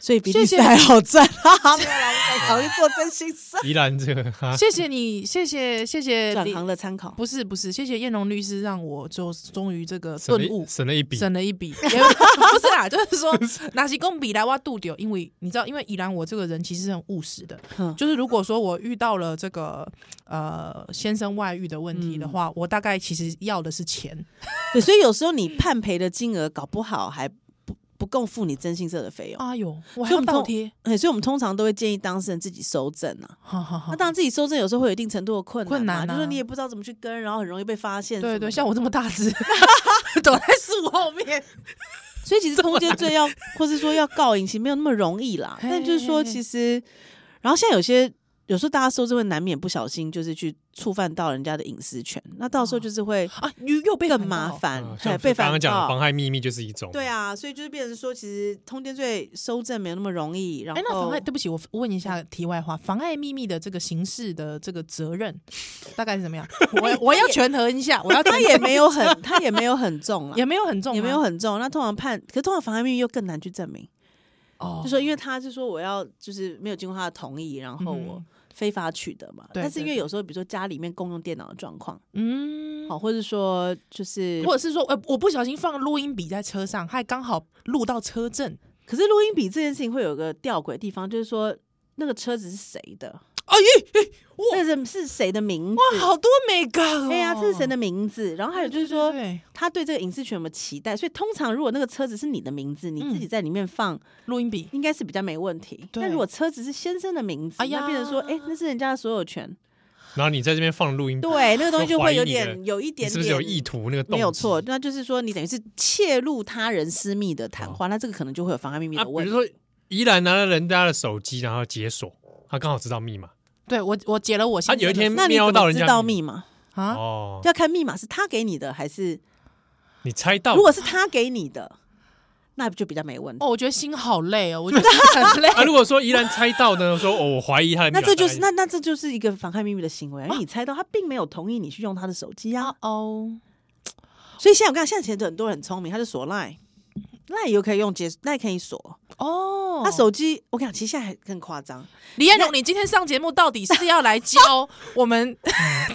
S3: 所以比
S1: 谢
S3: 利时
S1: 谢
S3: 还好 赚，哈哈，没有啦，我们赶快去做真心事，
S2: 宜兰这个哈，
S1: 谢谢你，谢谢谢谢
S3: 转
S1: 李
S3: 行的参考。
S1: 不是不是，谢谢燕荣律师让我就终于这个
S2: 省了
S1: 顿悟
S2: 一，省了一笔，
S1: 省了一笔，也 不是啦，就是说 拿起公笔来挖度丢，因为你知道，因为宜兰我这个人其实是很务实的，
S3: 嗯
S1: 就是如果说我遇到了这个呃先生外遇的问题
S3: 嗯
S1: 的话，我大概其实要的是钱，
S3: 对，所以有时候
S1: 嗯
S3: 你判赔的金额搞不好还不不够付你征信社的费用，
S1: 哎呦，我还
S3: 所以我
S1: 要
S3: 们
S1: 倒
S3: 通
S1: 贴，
S3: 哎，所以我们通常都会建议当事人自己收证啊。
S1: 哈哈哈
S3: 那。当然，自己收证有时候会有一定程度的困难嘛，
S1: 哦困难啊
S3: 就是你也不知道怎么去跟，然后很容易被发 现。
S1: 对对，像，我这么大只，躲在树后面，
S3: 所以其实通奸罪 要，或是说要告赢，其实没有那么容易啦。
S1: 嘿
S3: 但就是说，
S1: 嘿嘿
S3: 其实，然后现在有些有时候大家收证会难免不小心就是去触犯到人家的隐私权，那到时候就是会
S1: 啊，又又被
S3: 更
S1: 烦
S3: 麻
S1: 到。
S3: 烦
S2: 啊，
S3: 对，
S2: 像
S3: 哎被
S2: 刚
S3: 反
S2: 刚讲的
S3: 告
S2: 妨。害秘密就是一种，
S3: 对，啊，所以就是变成说，其实通奸罪收证没有那么容易。然
S1: 哎，那妨
S3: 后
S1: 碍，，对不起，我问一下题外话，妨碍秘密的这个刑事的这个责任大概是怎么样？我我要权衡一下，我要
S3: 他
S1: 权
S3: 也
S1: 衡
S3: 没有很，他也没有很 重啦，
S1: 也没有很重吗，啊
S3: 也没有很重。那通常判，可是通常妨害秘密又更难去证明。
S1: 哦
S3: 就说因为他是说我要就是没有经过他的同意，然后我
S1: 嗯
S3: 非法取得嘛。
S1: 对
S3: 但是因
S1: 对
S3: 为
S1: 对
S3: 有时候比如说家里面公用电脑的状况，
S1: 嗯，
S3: 好，或者说就是，
S1: 或者是说，呃，我不小心放录音笔在车上，还刚好录到车震。
S3: 可是录音笔这件事情会有个吊诡的地方，就是说那个车子是谁的，
S1: 哎咦，
S3: 那是是谁的名
S1: 咦
S3: 字？
S1: 好多美感哦！
S3: 对呀，这是谁
S1: 对？
S3: 的名字？然后还有就是
S1: 哦对
S3: 说，
S1: 对
S3: 他对这个隐私权有没有期待？所以通常如果那个车子是你的名字，你自己在里面放，
S1: 录音笔，
S3: 应该是比较没问题。
S1: 嗯对
S3: 但如果车子是先生的名字，
S1: 哎呀
S3: 那变成说，哎，那是人家的所有权。
S2: 然后你在这边放录音，
S3: 对，那个东西就会有
S2: 怀疑
S3: 点有一
S2: 你
S3: 点点，
S2: 是不是有意图那个动机？
S3: 没有错，那就是说你等于是切入他人私密的谈话，那这个可能就会有妨碍秘密
S2: 哦啊，
S3: 的
S2: 比
S3: 问
S2: 如
S3: 题。
S2: 说宜兰拿了人家的手机，然后解锁，他刚好知道密码，
S1: 对我我解了我
S2: 他
S1: 先生的
S2: 啊有一天
S3: 那你
S2: 瞄
S3: 怎
S2: 到
S3: 么
S2: 人
S3: 知
S2: 家
S3: 道密码？
S1: 啊，
S2: 哦，
S3: 要看密码是他给你的还是，
S2: 你猜到
S3: 如果是他给你的，那就比较没问题。
S1: 哦，我觉得心好累哦，我觉得心很累。
S2: 啊？如果说依然猜到呢？说哦，我怀疑他的密
S3: 那
S2: 码，
S3: 这就是
S2: 大概
S3: 那那这就是一个妨害秘密的行
S2: 啊
S3: 为，因为哎你猜到他并没有同意你去用他的手机啊
S1: 啊，哦，
S3: 所以现在我看现在其实很多人很聪明，他就锁 Line。赖又可以用解，赖可以锁。
S1: 哦，
S3: 他手机，我跟你讲，其实现在还更夸张。
S1: 李彦荣，你今天上节目到底是要来 教我们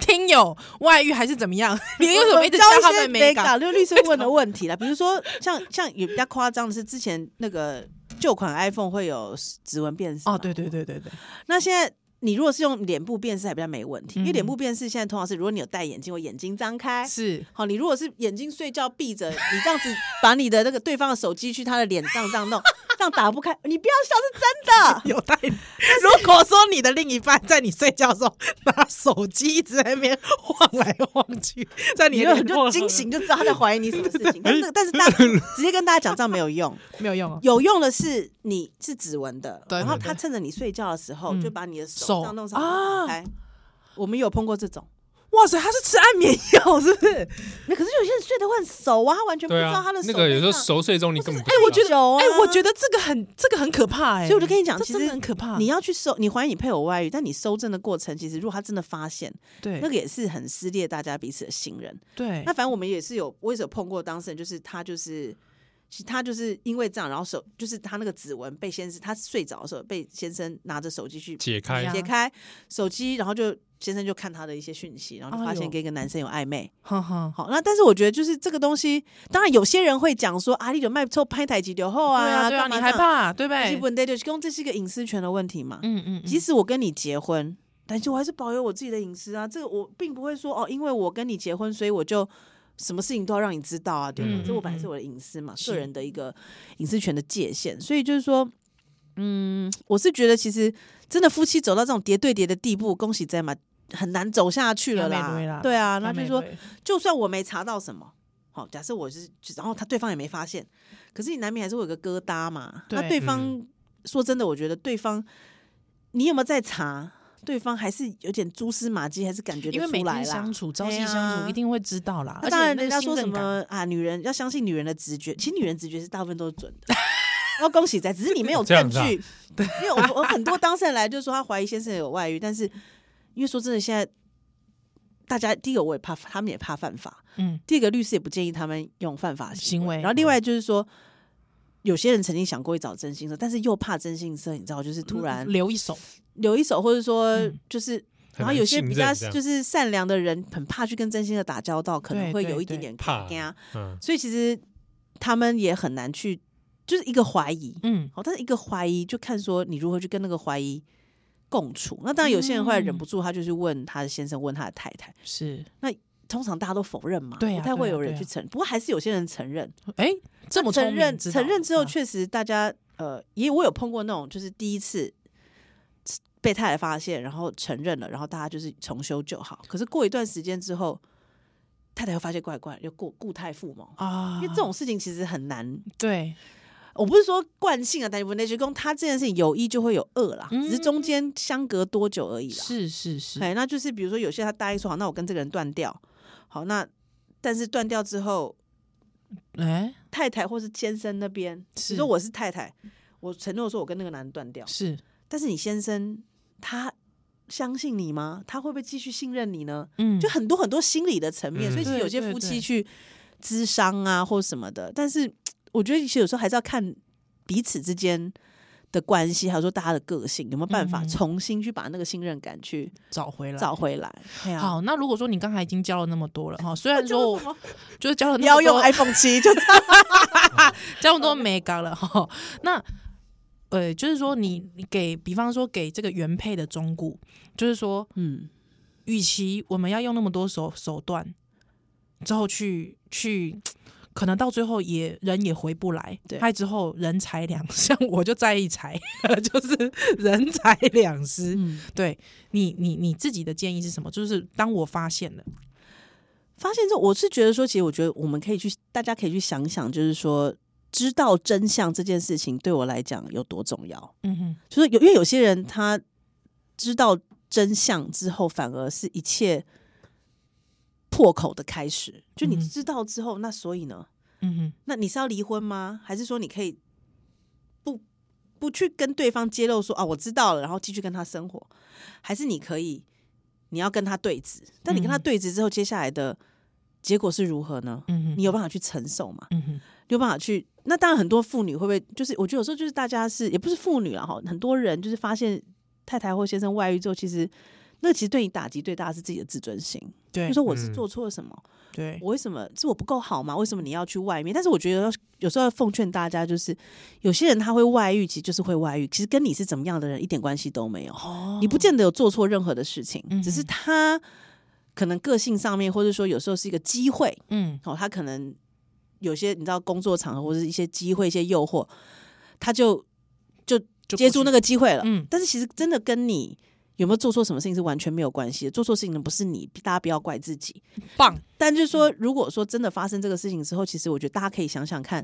S1: 听友外遇还是怎么 样？你为什么一直教他们
S3: 没
S1: 没
S3: 搞？
S1: 搞？
S3: 就律师问的问题啦，比如说像像有比较夸张的是，之前那个旧款 iPhone 会有指纹辨识嘛
S1: 哦，对对对对对，
S3: 那现在你如果是用脸部辨识，还比较没问题，因为
S1: 嗯
S3: 脸部辨识现在通常是，如果你有戴眼镜或眼睛张开。
S1: 是
S3: 好，你如果是眼睛睡觉闭着，你这样子把你的那个对方的手机去他的脸上这 样弄，这样打不开，你不要笑，是真的。
S1: 有带。如果说哦你的另一半在你睡觉的时候拿手机一直在那边晃来晃去，在
S3: 你
S1: 你
S3: 就
S1: 的
S3: 很
S1: 脸
S3: 就惊醒，就知道他在怀疑你什么事 情。但是那个但是大家直接跟大家讲这样没有用，
S1: 没有用 哦。
S3: 有用的是你是指纹的，
S1: 对
S3: 然后
S1: 对
S3: 他趁着你睡觉的时候
S1: 嗯
S3: 就把你的手
S1: 手
S3: 这样弄上
S1: 啊
S3: 打开。我们有碰过这种。
S1: 哇塞，他是吃安眠药是不是？
S3: 那可是有些人睡得会很熟啊，他完全不
S2: 对
S3: 知道
S2: 啊
S3: 他的，手
S2: 那个有时候
S3: 背上
S2: 熟睡中你根本不
S1: 哎、我觉得，
S3: 有啊
S1: 哎、我觉得这个很，这个很可怕哎、
S3: 所以我就跟你讲，
S1: 这
S3: 其实
S1: 真的很可怕。
S3: 你要去搜，你怀疑你配偶外遇，但你搜证的过程，其实如果他真的发现，
S1: 对
S3: 那个也是很撕裂大家彼此的信任。
S1: 对
S3: 那反正我们也是有，我也是有碰过当事人，就是他就是。其他就是因为这样，然后手就是他那个指纹被先生，他睡着的时候被先生拿着手机去
S2: 解开
S1: 呀
S3: 解开手机，然后就先生就看他的一些讯息，然后就发
S1: 哎
S3: 现
S1: 呦
S3: 跟一个男生有暧昧。
S1: 哈哈，
S3: 好，那但是我觉得就是这个东西，当然有些人会讲说啊，你就卖臭拍台级流后
S1: 对
S3: 啊，
S1: 啊对啊，
S3: 干
S1: 你
S3: 嘛
S1: 害
S3: 这样？
S1: 怕欸对不
S3: 其实
S1: 对？
S3: 问题就是，公这是一个隐私权的问题嘛。
S1: 嗯嗯，
S3: 即使我跟你结婚，但是我还是保有我自己的隐私啊。这个我并不会说哦，因为我跟你结婚，所以我就什么事情都要让你知道啊，对吧？
S1: 嗯
S3: 这我本来是我的隐私嘛，个人的一个隐私权的界限。所以就是说，嗯，我是觉得其实真的夫妻走到这种叠对叠的地步，恭喜在嘛，很难走下去
S1: 要
S3: 了
S1: 面
S3: 啦。
S1: 对啦
S3: 对啊，那
S1: 他
S3: 就是说，就算我没查到什么，好、假设我是，然后他对方也没发现，可是你难免还是会有个疙瘩嘛。
S1: 对
S3: 那对方、
S2: 嗯
S3: 说真的，我觉得对方你有没有在查？对方还是有点蛛丝马迹，还是感觉得
S1: 因为每
S3: 出来
S1: 天
S3: 啦
S1: 相。处、朝夕
S3: 对啊
S1: 相处，一定会知道啦。
S3: 那
S1: 而
S3: 当
S1: 且
S3: 然，
S1: 那个
S3: 人家
S1: 信
S3: 说什
S1: 任感，
S3: 么啊，女人要相信女人的直觉，其实女人直觉是大部分都是准 的。要恭喜在，只是你没有
S2: 这样
S3: 证
S2: 子啊
S3: 据。对，因为我我很多当事人来就说他啊怀疑先生有外遇，但是因为说真的，现在大家第一个我也怕，他们也怕犯法。
S1: 嗯，
S3: 第一个律师也不建议他们用犯法行
S1: 行为
S3: 然后另
S2: 嗯
S3: 外就是说，有些人曾经想过去找征信社，但是又怕征信社，你知道，就是突然
S1: 留一手，
S3: 留一手，或者说
S1: 嗯
S3: 就是。
S2: 嗯很
S3: 然后
S2: 难
S3: 有些
S2: 信
S3: 比
S2: 任
S3: 较
S2: 这样
S3: 就是善良的人，很怕去跟真心社打交道，可能
S1: 对
S3: 会
S1: 对
S3: 有一点
S1: 对
S3: 点
S2: 怕
S3: 怕，
S2: 嗯，
S3: 所以其实他们也很难去，就是一个怀疑。哦
S1: 嗯，
S3: 好，但是一个怀疑就看说你如何去跟那个怀疑共处。那当然有些人会忍
S1: 嗯
S3: 不住，他就去问他的先生，问他的太太。
S1: 是，
S3: 通常大家都否认嘛，
S1: 对啊
S3: 不太会有人
S1: 对啊
S3: 去承，不过还是有些人承认，
S1: 哎，这么
S3: 承认
S1: 知道
S3: 承认之后，
S1: 啊
S3: 确实大家呃，也我有碰过那种，就是第一次被太太发现，然后承认了，然后大家就是重修旧好。可是过一段时间之后，太太又发现怪怪，又故故态复萌，
S1: 啊，
S3: 因为这种事情其实很难。
S1: 对
S3: 我不是说惯性啊，但文内职工他这件事情有一就会有二啦，
S1: 嗯
S3: 只是中间相隔多久而已啦。
S1: 是是是，
S3: 哎，那就是比如说有些他答应说好，那我跟这个人断掉，好，那但是断掉之后，
S1: 哎，
S3: 太太或是先生那边，比
S1: 是
S3: 如说我是太太，我承诺说我跟那个男的断掉，
S1: 是，
S3: 但是你先生他相信你吗？他会不会继续信任你呢？
S1: 嗯，
S3: 就很多很多心理的层面，
S2: 嗯
S3: 所以其实有
S1: 对
S3: 些
S1: 对
S3: 夫
S1: 对
S3: 妻去咨商啊或什么的，但是我觉得其实有时候还是要看彼此之间。的关系，还有说大家的个性有没有办法
S1: 嗯
S3: 重新去把那个信任感去
S1: 找回来。
S3: 找回来？哎呀
S1: 好，那如果说你刚才已经教了那么多了哈，虽然说
S3: 说
S1: 我就是教了那
S3: 不
S1: 么
S3: 要用嗯
S1: 多，
S3: iPhone 七，就
S1: 教了那么多美感了哈，那。呃，就是说你，你给，比方说给这个原配的忠固，就是说，
S3: 嗯，
S1: 与其我们要用那么多手手段，之后去去，可能到最后也人也回不来，
S3: 对
S1: 还之后人财两失， 像我就在意财， 就是人财两失。
S3: 嗯
S1: 对你你你自己的建议是什么？就是当我发现了，
S3: 发现之后，我是觉得说，其实我觉得我们可以去，大家可以去想想，就是说，知道真相这件事情对我来讲有多重要。
S1: 嗯哼，
S3: 就是有，因为有些人他知道真相之后，反而是一切破口的开始。就你知道之后，那所以呢？
S1: 嗯哼，
S3: 那你是要离婚吗？还是说你可以不不去跟对方揭露说啊，我知道了，然后继续跟他生活？还是你可以你要跟他对峙？但你跟他
S1: 嗯
S3: 对峙之后，接下来的结果是如何呢？
S1: 嗯哼，
S3: 你有办法去承受吗？
S1: 嗯哼，
S3: 你有办法去？那当然，很多妇女会不会就是？我觉得有时候就是大家是也不是妇女了哈，很多人就是发现太太或先生外遇之后，其实那其实对你打击最大的是自己的自尊心。
S1: 对
S3: 就说我是
S2: 嗯
S3: 做错了什么，
S1: 对，
S3: 我为什么是我不够好吗？为什么你要去外面？但是我觉得要有时候要奉劝大家，就是有些人他会外遇，其实就是会外遇，其实跟你是怎么样的人一点关系都没有。
S1: 哦
S3: 你不见得有做错任何的事情，
S1: 嗯哼
S3: 只是他可能个性上面，或者说有时候是一个机会
S1: 嗯
S3: 哦，他可能有些你知道工作场合或者是一些机会、一些诱惑，他就
S1: 就
S3: 接住那
S1: 个
S3: 个机会了。
S1: 嗯
S3: 但是其实真的跟你有没有做错什么事情是完全没有关系的，做错事情的不是你，大家不要怪自己。
S1: 棒，
S3: 但就是
S2: 嗯
S3: 说，如果说真的发生这个事情之后，其实我觉得大家可以想想看，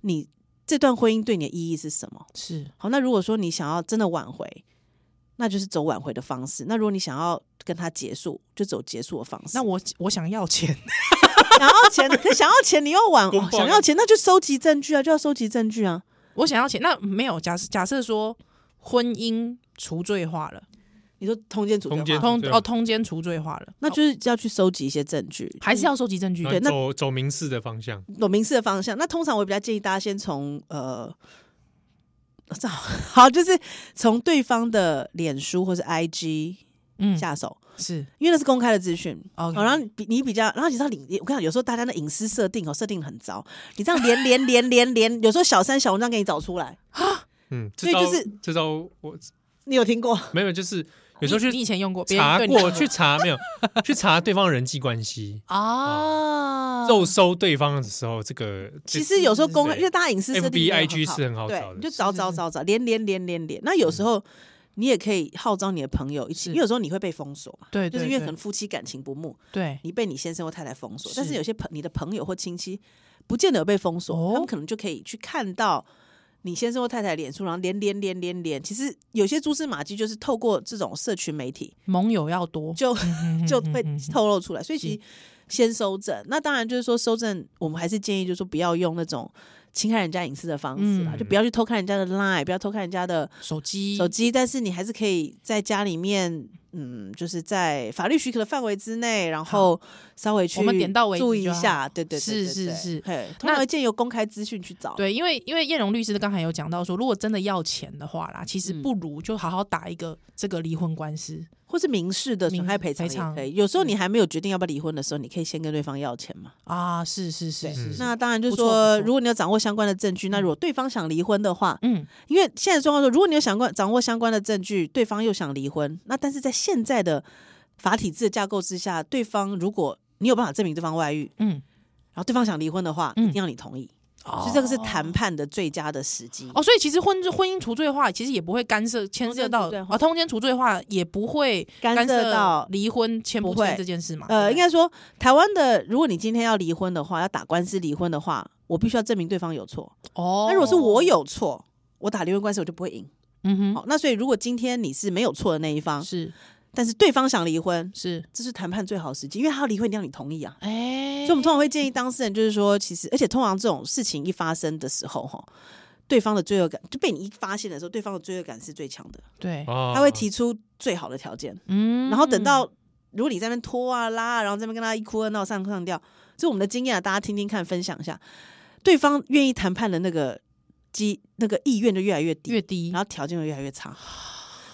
S3: 你这段婚姻对你的意义是什么。
S1: 是
S3: 好，那如果说你想要真的挽回，那就是走挽回的方式；那如果你想要跟他结束，就走结束的方式。
S1: 那我我想要钱，
S3: 想要钱， 可想要钱，你又 挽、
S2: 公报
S3: 哦想要钱，那就收集证据啊，就要收集证据啊。
S1: 我想要钱，那没有假设假设说婚姻除罪化了，
S3: 你说通奸组
S2: 通奸
S1: 通
S2: 对啊
S1: 哦通奸除罪化了，
S3: 那就是要去收集一些证据，
S1: 还是要收集证据
S2: 然
S3: 对
S2: 后
S3: 那
S2: 走走民事的方向，
S3: 有民事的方向。那通常我比较建议大家先从呃，这好 好就是从对方的脸书或是 IG
S1: 嗯
S3: 下手，
S1: 是
S3: 因为那是公开的资讯。
S1: 哦
S3: 好，然后比你比较，然后你知道你，我跟你讲，有时候大家的隐私设定哦，设定得很糟。你这样连连连连连，有时候小三小文章给你找出来，
S2: 嗯，这
S3: 所以
S2: 招
S3: 就是
S2: 这招我
S3: 你有听过？
S2: 没有，就是有
S1: 你
S2: 时候
S1: 你
S2: 去
S1: 以前用过别人
S2: 查
S1: 对你
S2: 过
S1: 用
S2: 去查没有，去查对方的人际关系，
S1: 啊
S2: 肉搜对方的时候，这个这
S3: 嗯其实有时候公开，
S2: 对
S3: 因为大家隐私设定
S2: FB
S3: 没有很
S2: IG 是很好
S3: 对
S2: 找，的
S3: 你就找
S1: 是
S3: 找
S1: 是
S3: 找找，连连连连连。那有时候你也可以号召你的朋友一起，
S1: 是
S3: 因为有时候你会被封锁嘛，
S1: 对，
S3: 就是
S1: 对
S3: 因为可
S1: 对
S3: 能夫妻感情不睦，
S1: 对
S3: 你被你先生或太太封锁，但是
S1: 是
S3: 有些朋你的朋友或亲戚不见得有被封锁，
S1: 哦
S3: 他们可能就可以去看到你先生或太太脸书，然后连连连连连。其实有些蛛丝马迹就是透过这种社群媒体
S1: 盟友要多
S3: 就、就被
S1: 嗯嗯嗯
S3: 透露出来，所以其
S1: 是
S3: 实先收证。那当然就是说收证，我们还是建议就是说不要用那种。侵害人家隐私的方式啦，
S1: 嗯
S3: 就不要去偷看人家的 line，不要偷看人家的
S1: 手机
S3: 手机，但是你还是可以在家里面，嗯，就是在法律许可的范围之内，然后稍微去
S1: 我们点到为止
S3: 注意一
S1: 就好
S3: 下，对对对
S1: 是
S3: 对
S1: 是
S3: 对
S1: 是
S3: 嘿通常会建议由公开资讯去找，
S1: 对，因为因为叶荣律师刚才有讲到说，如果真的要钱的话啦，其实
S3: 嗯
S1: 不如就好好打一个这个离婚官司。
S3: 或是民事的损害赔偿
S1: 民事赔
S3: 也
S1: 偿
S3: 可以。有时候你还没有决定要不要离婚的时候，你可以先跟对方要钱嘛。
S1: 啊，是是是
S3: 对
S1: 是，是
S3: 那当然就是
S1: 不错
S3: 说，
S1: 不错
S3: 如果你有掌握相关的证据，那如果对方想离婚的话，
S1: 嗯，
S3: 因为现在的状况说，如果你有想过掌握相关的证据，对方又想离婚，那但是在现在的法体制的架构之下，对方如果你有办法证明对方外遇，
S1: 嗯，
S3: 然后对方想离婚的话，
S1: 嗯
S3: 一定要你同意，
S1: 哦
S3: 所以这个是谈判的最佳的时机。
S1: 哦，所以其实婚婚姻除罪化其实也不会干涉牵涉到
S3: 通奸除罪化
S1: 哦，通奸除罪化也不会
S3: 干涉
S1: 涉
S3: 到
S1: 离婚签
S3: 不
S1: 不
S3: 会
S1: 签这件事嘛？
S3: 呃，
S1: 对
S3: 应该说，台湾的，如果你今天要离婚的话，要打官司离婚的话，我必须要证明对方有错。
S1: 哦，
S3: 那如果是我，有错，我打离婚官司我就不会赢。
S1: 嗯
S3: 好，那所以如果今天你是没有错的那一
S1: 哼，
S3: 方，
S1: 是
S3: 但是对方想离婚，
S1: 是，
S3: 这是谈判最好的时机，因为他要离婚一定要你同意啊。
S1: 哎
S3: 所以，我们通常会建议当事人，就是说，其实，而且通常这种事情一发生的时候，哈，对方的罪恶感就被你一发现的时候，对方的罪恶感是最强的，
S1: 对，
S2: 哦
S3: 他会提出最好的条件，
S1: 嗯
S3: 然后等到如果你在那边拖啊拉啊，然后这边跟他一哭二闹上上吊，这是我们的经验啊，大家听听看，分享一下，对方愿意谈判的那个机那个意愿就越来越低，
S1: 越低
S3: 然，后条件就越来越差。
S2: 哦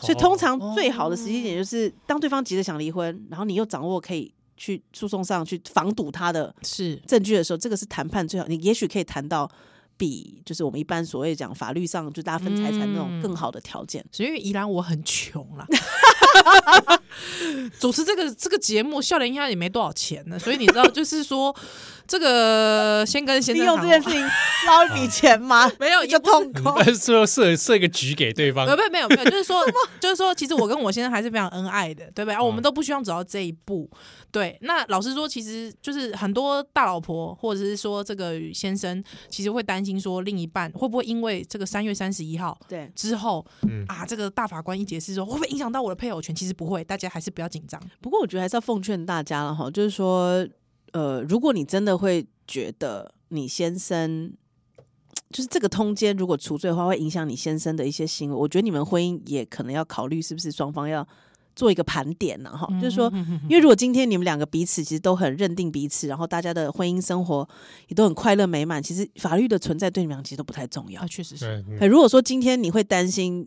S3: 所以通常最好的时机点
S1: 哦
S3: 就是当对方急着想离婚，然后你又掌握可以去诉讼上去防堵他的
S1: 是
S3: 证据的时候，这个是谈判最好，你也许可以谈到比就是我们一般所谓讲法律上就大家分财产那种
S1: 嗯
S3: 更好的条件。
S1: 所以宜兰我很穷 啦。 主持这个这个节目，笑脸应该也没多少钱呢，所以你知道，就是说这个先跟先
S3: 利
S1: 生
S3: 用
S1: 喊
S3: 这件
S1: 话
S3: 事情捞一笔钱吗？
S1: 没有，
S3: 一个痛苦。
S2: 最后呃设设一个局给对方
S1: 没有，呃没有，没有，就是说，就是说，其实我跟我先生还是非常恩爱的，对不对？啊，我们都不希望走到这一步。对，那老实说，其实就是很多大老婆或者是说这个先生，其实会担心说另一半会不会因为这个三月三十一号
S3: 对，
S1: 之后
S2: 嗯
S1: 啊，这个大法官一解释说会不会影响到我的配偶权？其实不会，大家还是不要紧张。
S3: 不过我觉得还是要奉劝大家了哈，就是说，呃，如果你真的会觉得你先生。就是这个通奸，如果除罪的话，会影响你先生的一些行为。我觉得你们婚姻也可能要考虑，是不是双方要做一个盘点呢、哈、
S1: 嗯
S3: 就是说，因为如果今天你们两个彼此其实都很认定彼此，然后大家的婚姻生活也都很快乐美满，其实法律的存在对你们俩其实都不太重要
S1: 啊，。确实是，
S2: 对，嗯
S3: 哎，如果说今天你会担心，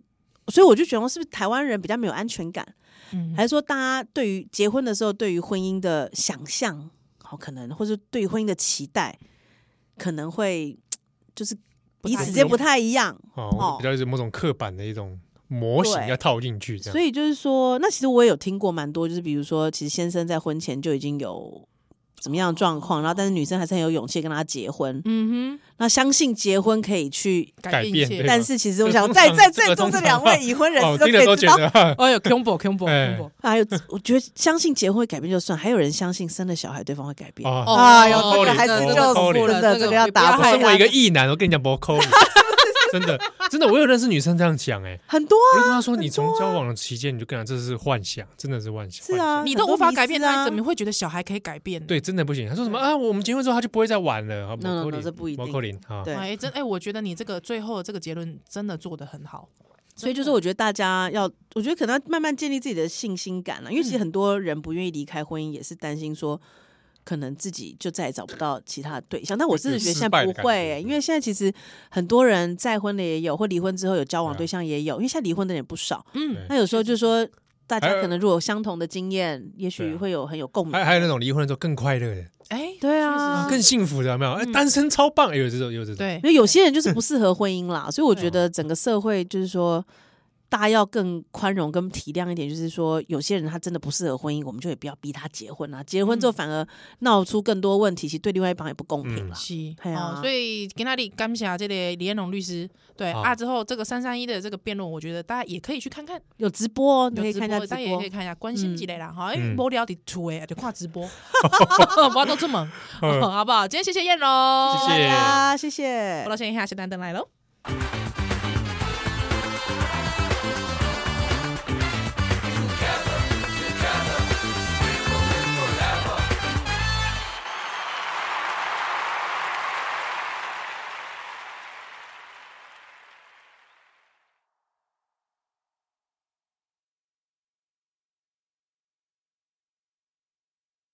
S3: 所以我就觉得是不是台湾人比较没有安全感，
S1: 嗯，
S3: 还是说大家对于结婚的时候对于婚姻的想象，好可能，或是对于婚姻的期待，可能会就是
S1: 不
S3: 彼
S1: 太
S3: 此之
S1: 一
S3: 间
S1: 样
S3: 不太一样。
S2: 哦，比较是某种刻板的一种模型
S3: 对
S2: 要套进去，这样
S3: 所以就是说，那其实我也有听过蛮多，就是比如说，其实先生在婚前就已经有怎么样的状况，然后但是女生还是很有勇气跟他结婚，
S1: 嗯
S3: 那相信结婚可以去。
S1: 哼，
S2: 改
S1: 变一
S2: 变
S1: 切
S2: 对。
S3: 但是其实我想在在在座这两位已婚人
S2: 哦，
S3: 士都
S2: 听
S3: 可
S2: 了都
S3: 以知
S2: 觉
S3: 道，
S2: 得哈
S1: 哎呦，combo combo
S2: 哎
S1: combo，
S3: 还有我觉得相信结婚会改变就算，还有人相信生了小孩对方会改变。
S2: 哦，
S3: 哎呦，
S1: 哦
S3: 这个还
S1: 这
S3: 是
S1: 个
S3: 就
S2: 扣
S3: 是
S2: 脸
S3: 真的，
S1: 这个
S3: 这个要
S1: 不要
S3: 打
S1: 害
S3: 啊败
S1: 怕
S2: 身为一
S3: 他。
S2: 个异男，我跟你讲，不 扣你，真的真的，我有认识女生这样讲，哎，
S3: 很多
S2: 我
S3: 啊，
S2: 就跟她说，你从交往的期间，你就跟她讲，这是幻想，真的是幻想，
S3: 是
S2: 幻想
S3: 啊，
S1: 你
S3: 很
S1: 都
S3: 多
S1: 无法
S3: 迷
S1: 改变
S3: 思
S1: 他，
S3: 啊
S1: 你怎么会觉得小孩可以改变呢？
S2: 对，真的不行。她说什么啊？我们结婚之后，她就不会再玩了，啊，不
S3: No, no,
S2: 扣
S3: no，
S2: 脸，
S3: 这不一定
S2: 不扣脸啊，
S3: 对
S1: 哎、真哎、我觉得你这个最后的这个结论真的做的很好，
S3: 所以就是我觉得大家要，我觉得可能要慢慢建立自己的信心感了，啊因为
S1: 嗯
S3: 其实很多人不愿意离开婚姻，也是担心说。可能自己就再也找不到其他的对象，但我真的觉得现在不
S2: 有失败的
S3: 会、
S2: 感觉
S3: 因为现在其实很多人再婚的也有，或离婚之后有交往
S2: 对啊
S3: 对象也有，因为现在离婚的人也不少。
S1: 嗯，
S3: 那有时候就说，大
S2: 还
S3: 家
S2: 有
S3: 可能如果有相同的经验，也
S2: 对
S3: 许
S2: 啊
S3: 会有很有共鸣
S2: 还。还有那种离婚了之后更快乐的、
S1: 哎、
S3: 对
S1: 确
S3: 啊
S1: 实，
S2: 更幸福的，有没有？哎，单身超棒，哎有这种，有这种。
S1: 嗯对
S3: 因，为有些人
S1: 嗯
S3: 就是不适合婚姻啦，所以我
S1: 对
S3: 觉得整个社会就是说，大家要更宽容、跟体谅一点。就是说，有些人他真的不适合婚姻，我们就也不要逼他结婚啦。结
S1: 嗯
S3: 婚之后反而闹出更多问题，其实对另外一方也不公平啦。
S1: 是，
S3: 哎呀
S1: 哦，所以今天感谢这个李彦龙律师，对
S2: 好
S1: 啊，之后这个三三一的这个辩论，我觉得大家也可以去看看，
S3: 有直播，哦你
S1: 有
S3: 可以看一下直
S1: 大家也
S3: 播
S1: 可以。看一下，关心几类啦，哈、因
S2: 嗯
S1: 为无聊的出哎，就看直 播， 我 哦都这么，好不好？今天谢谢彦龙，
S2: 嗯
S1: 啊
S2: 谢谢
S3: 大家，谢谢
S1: 我。到现在下单灯来喽。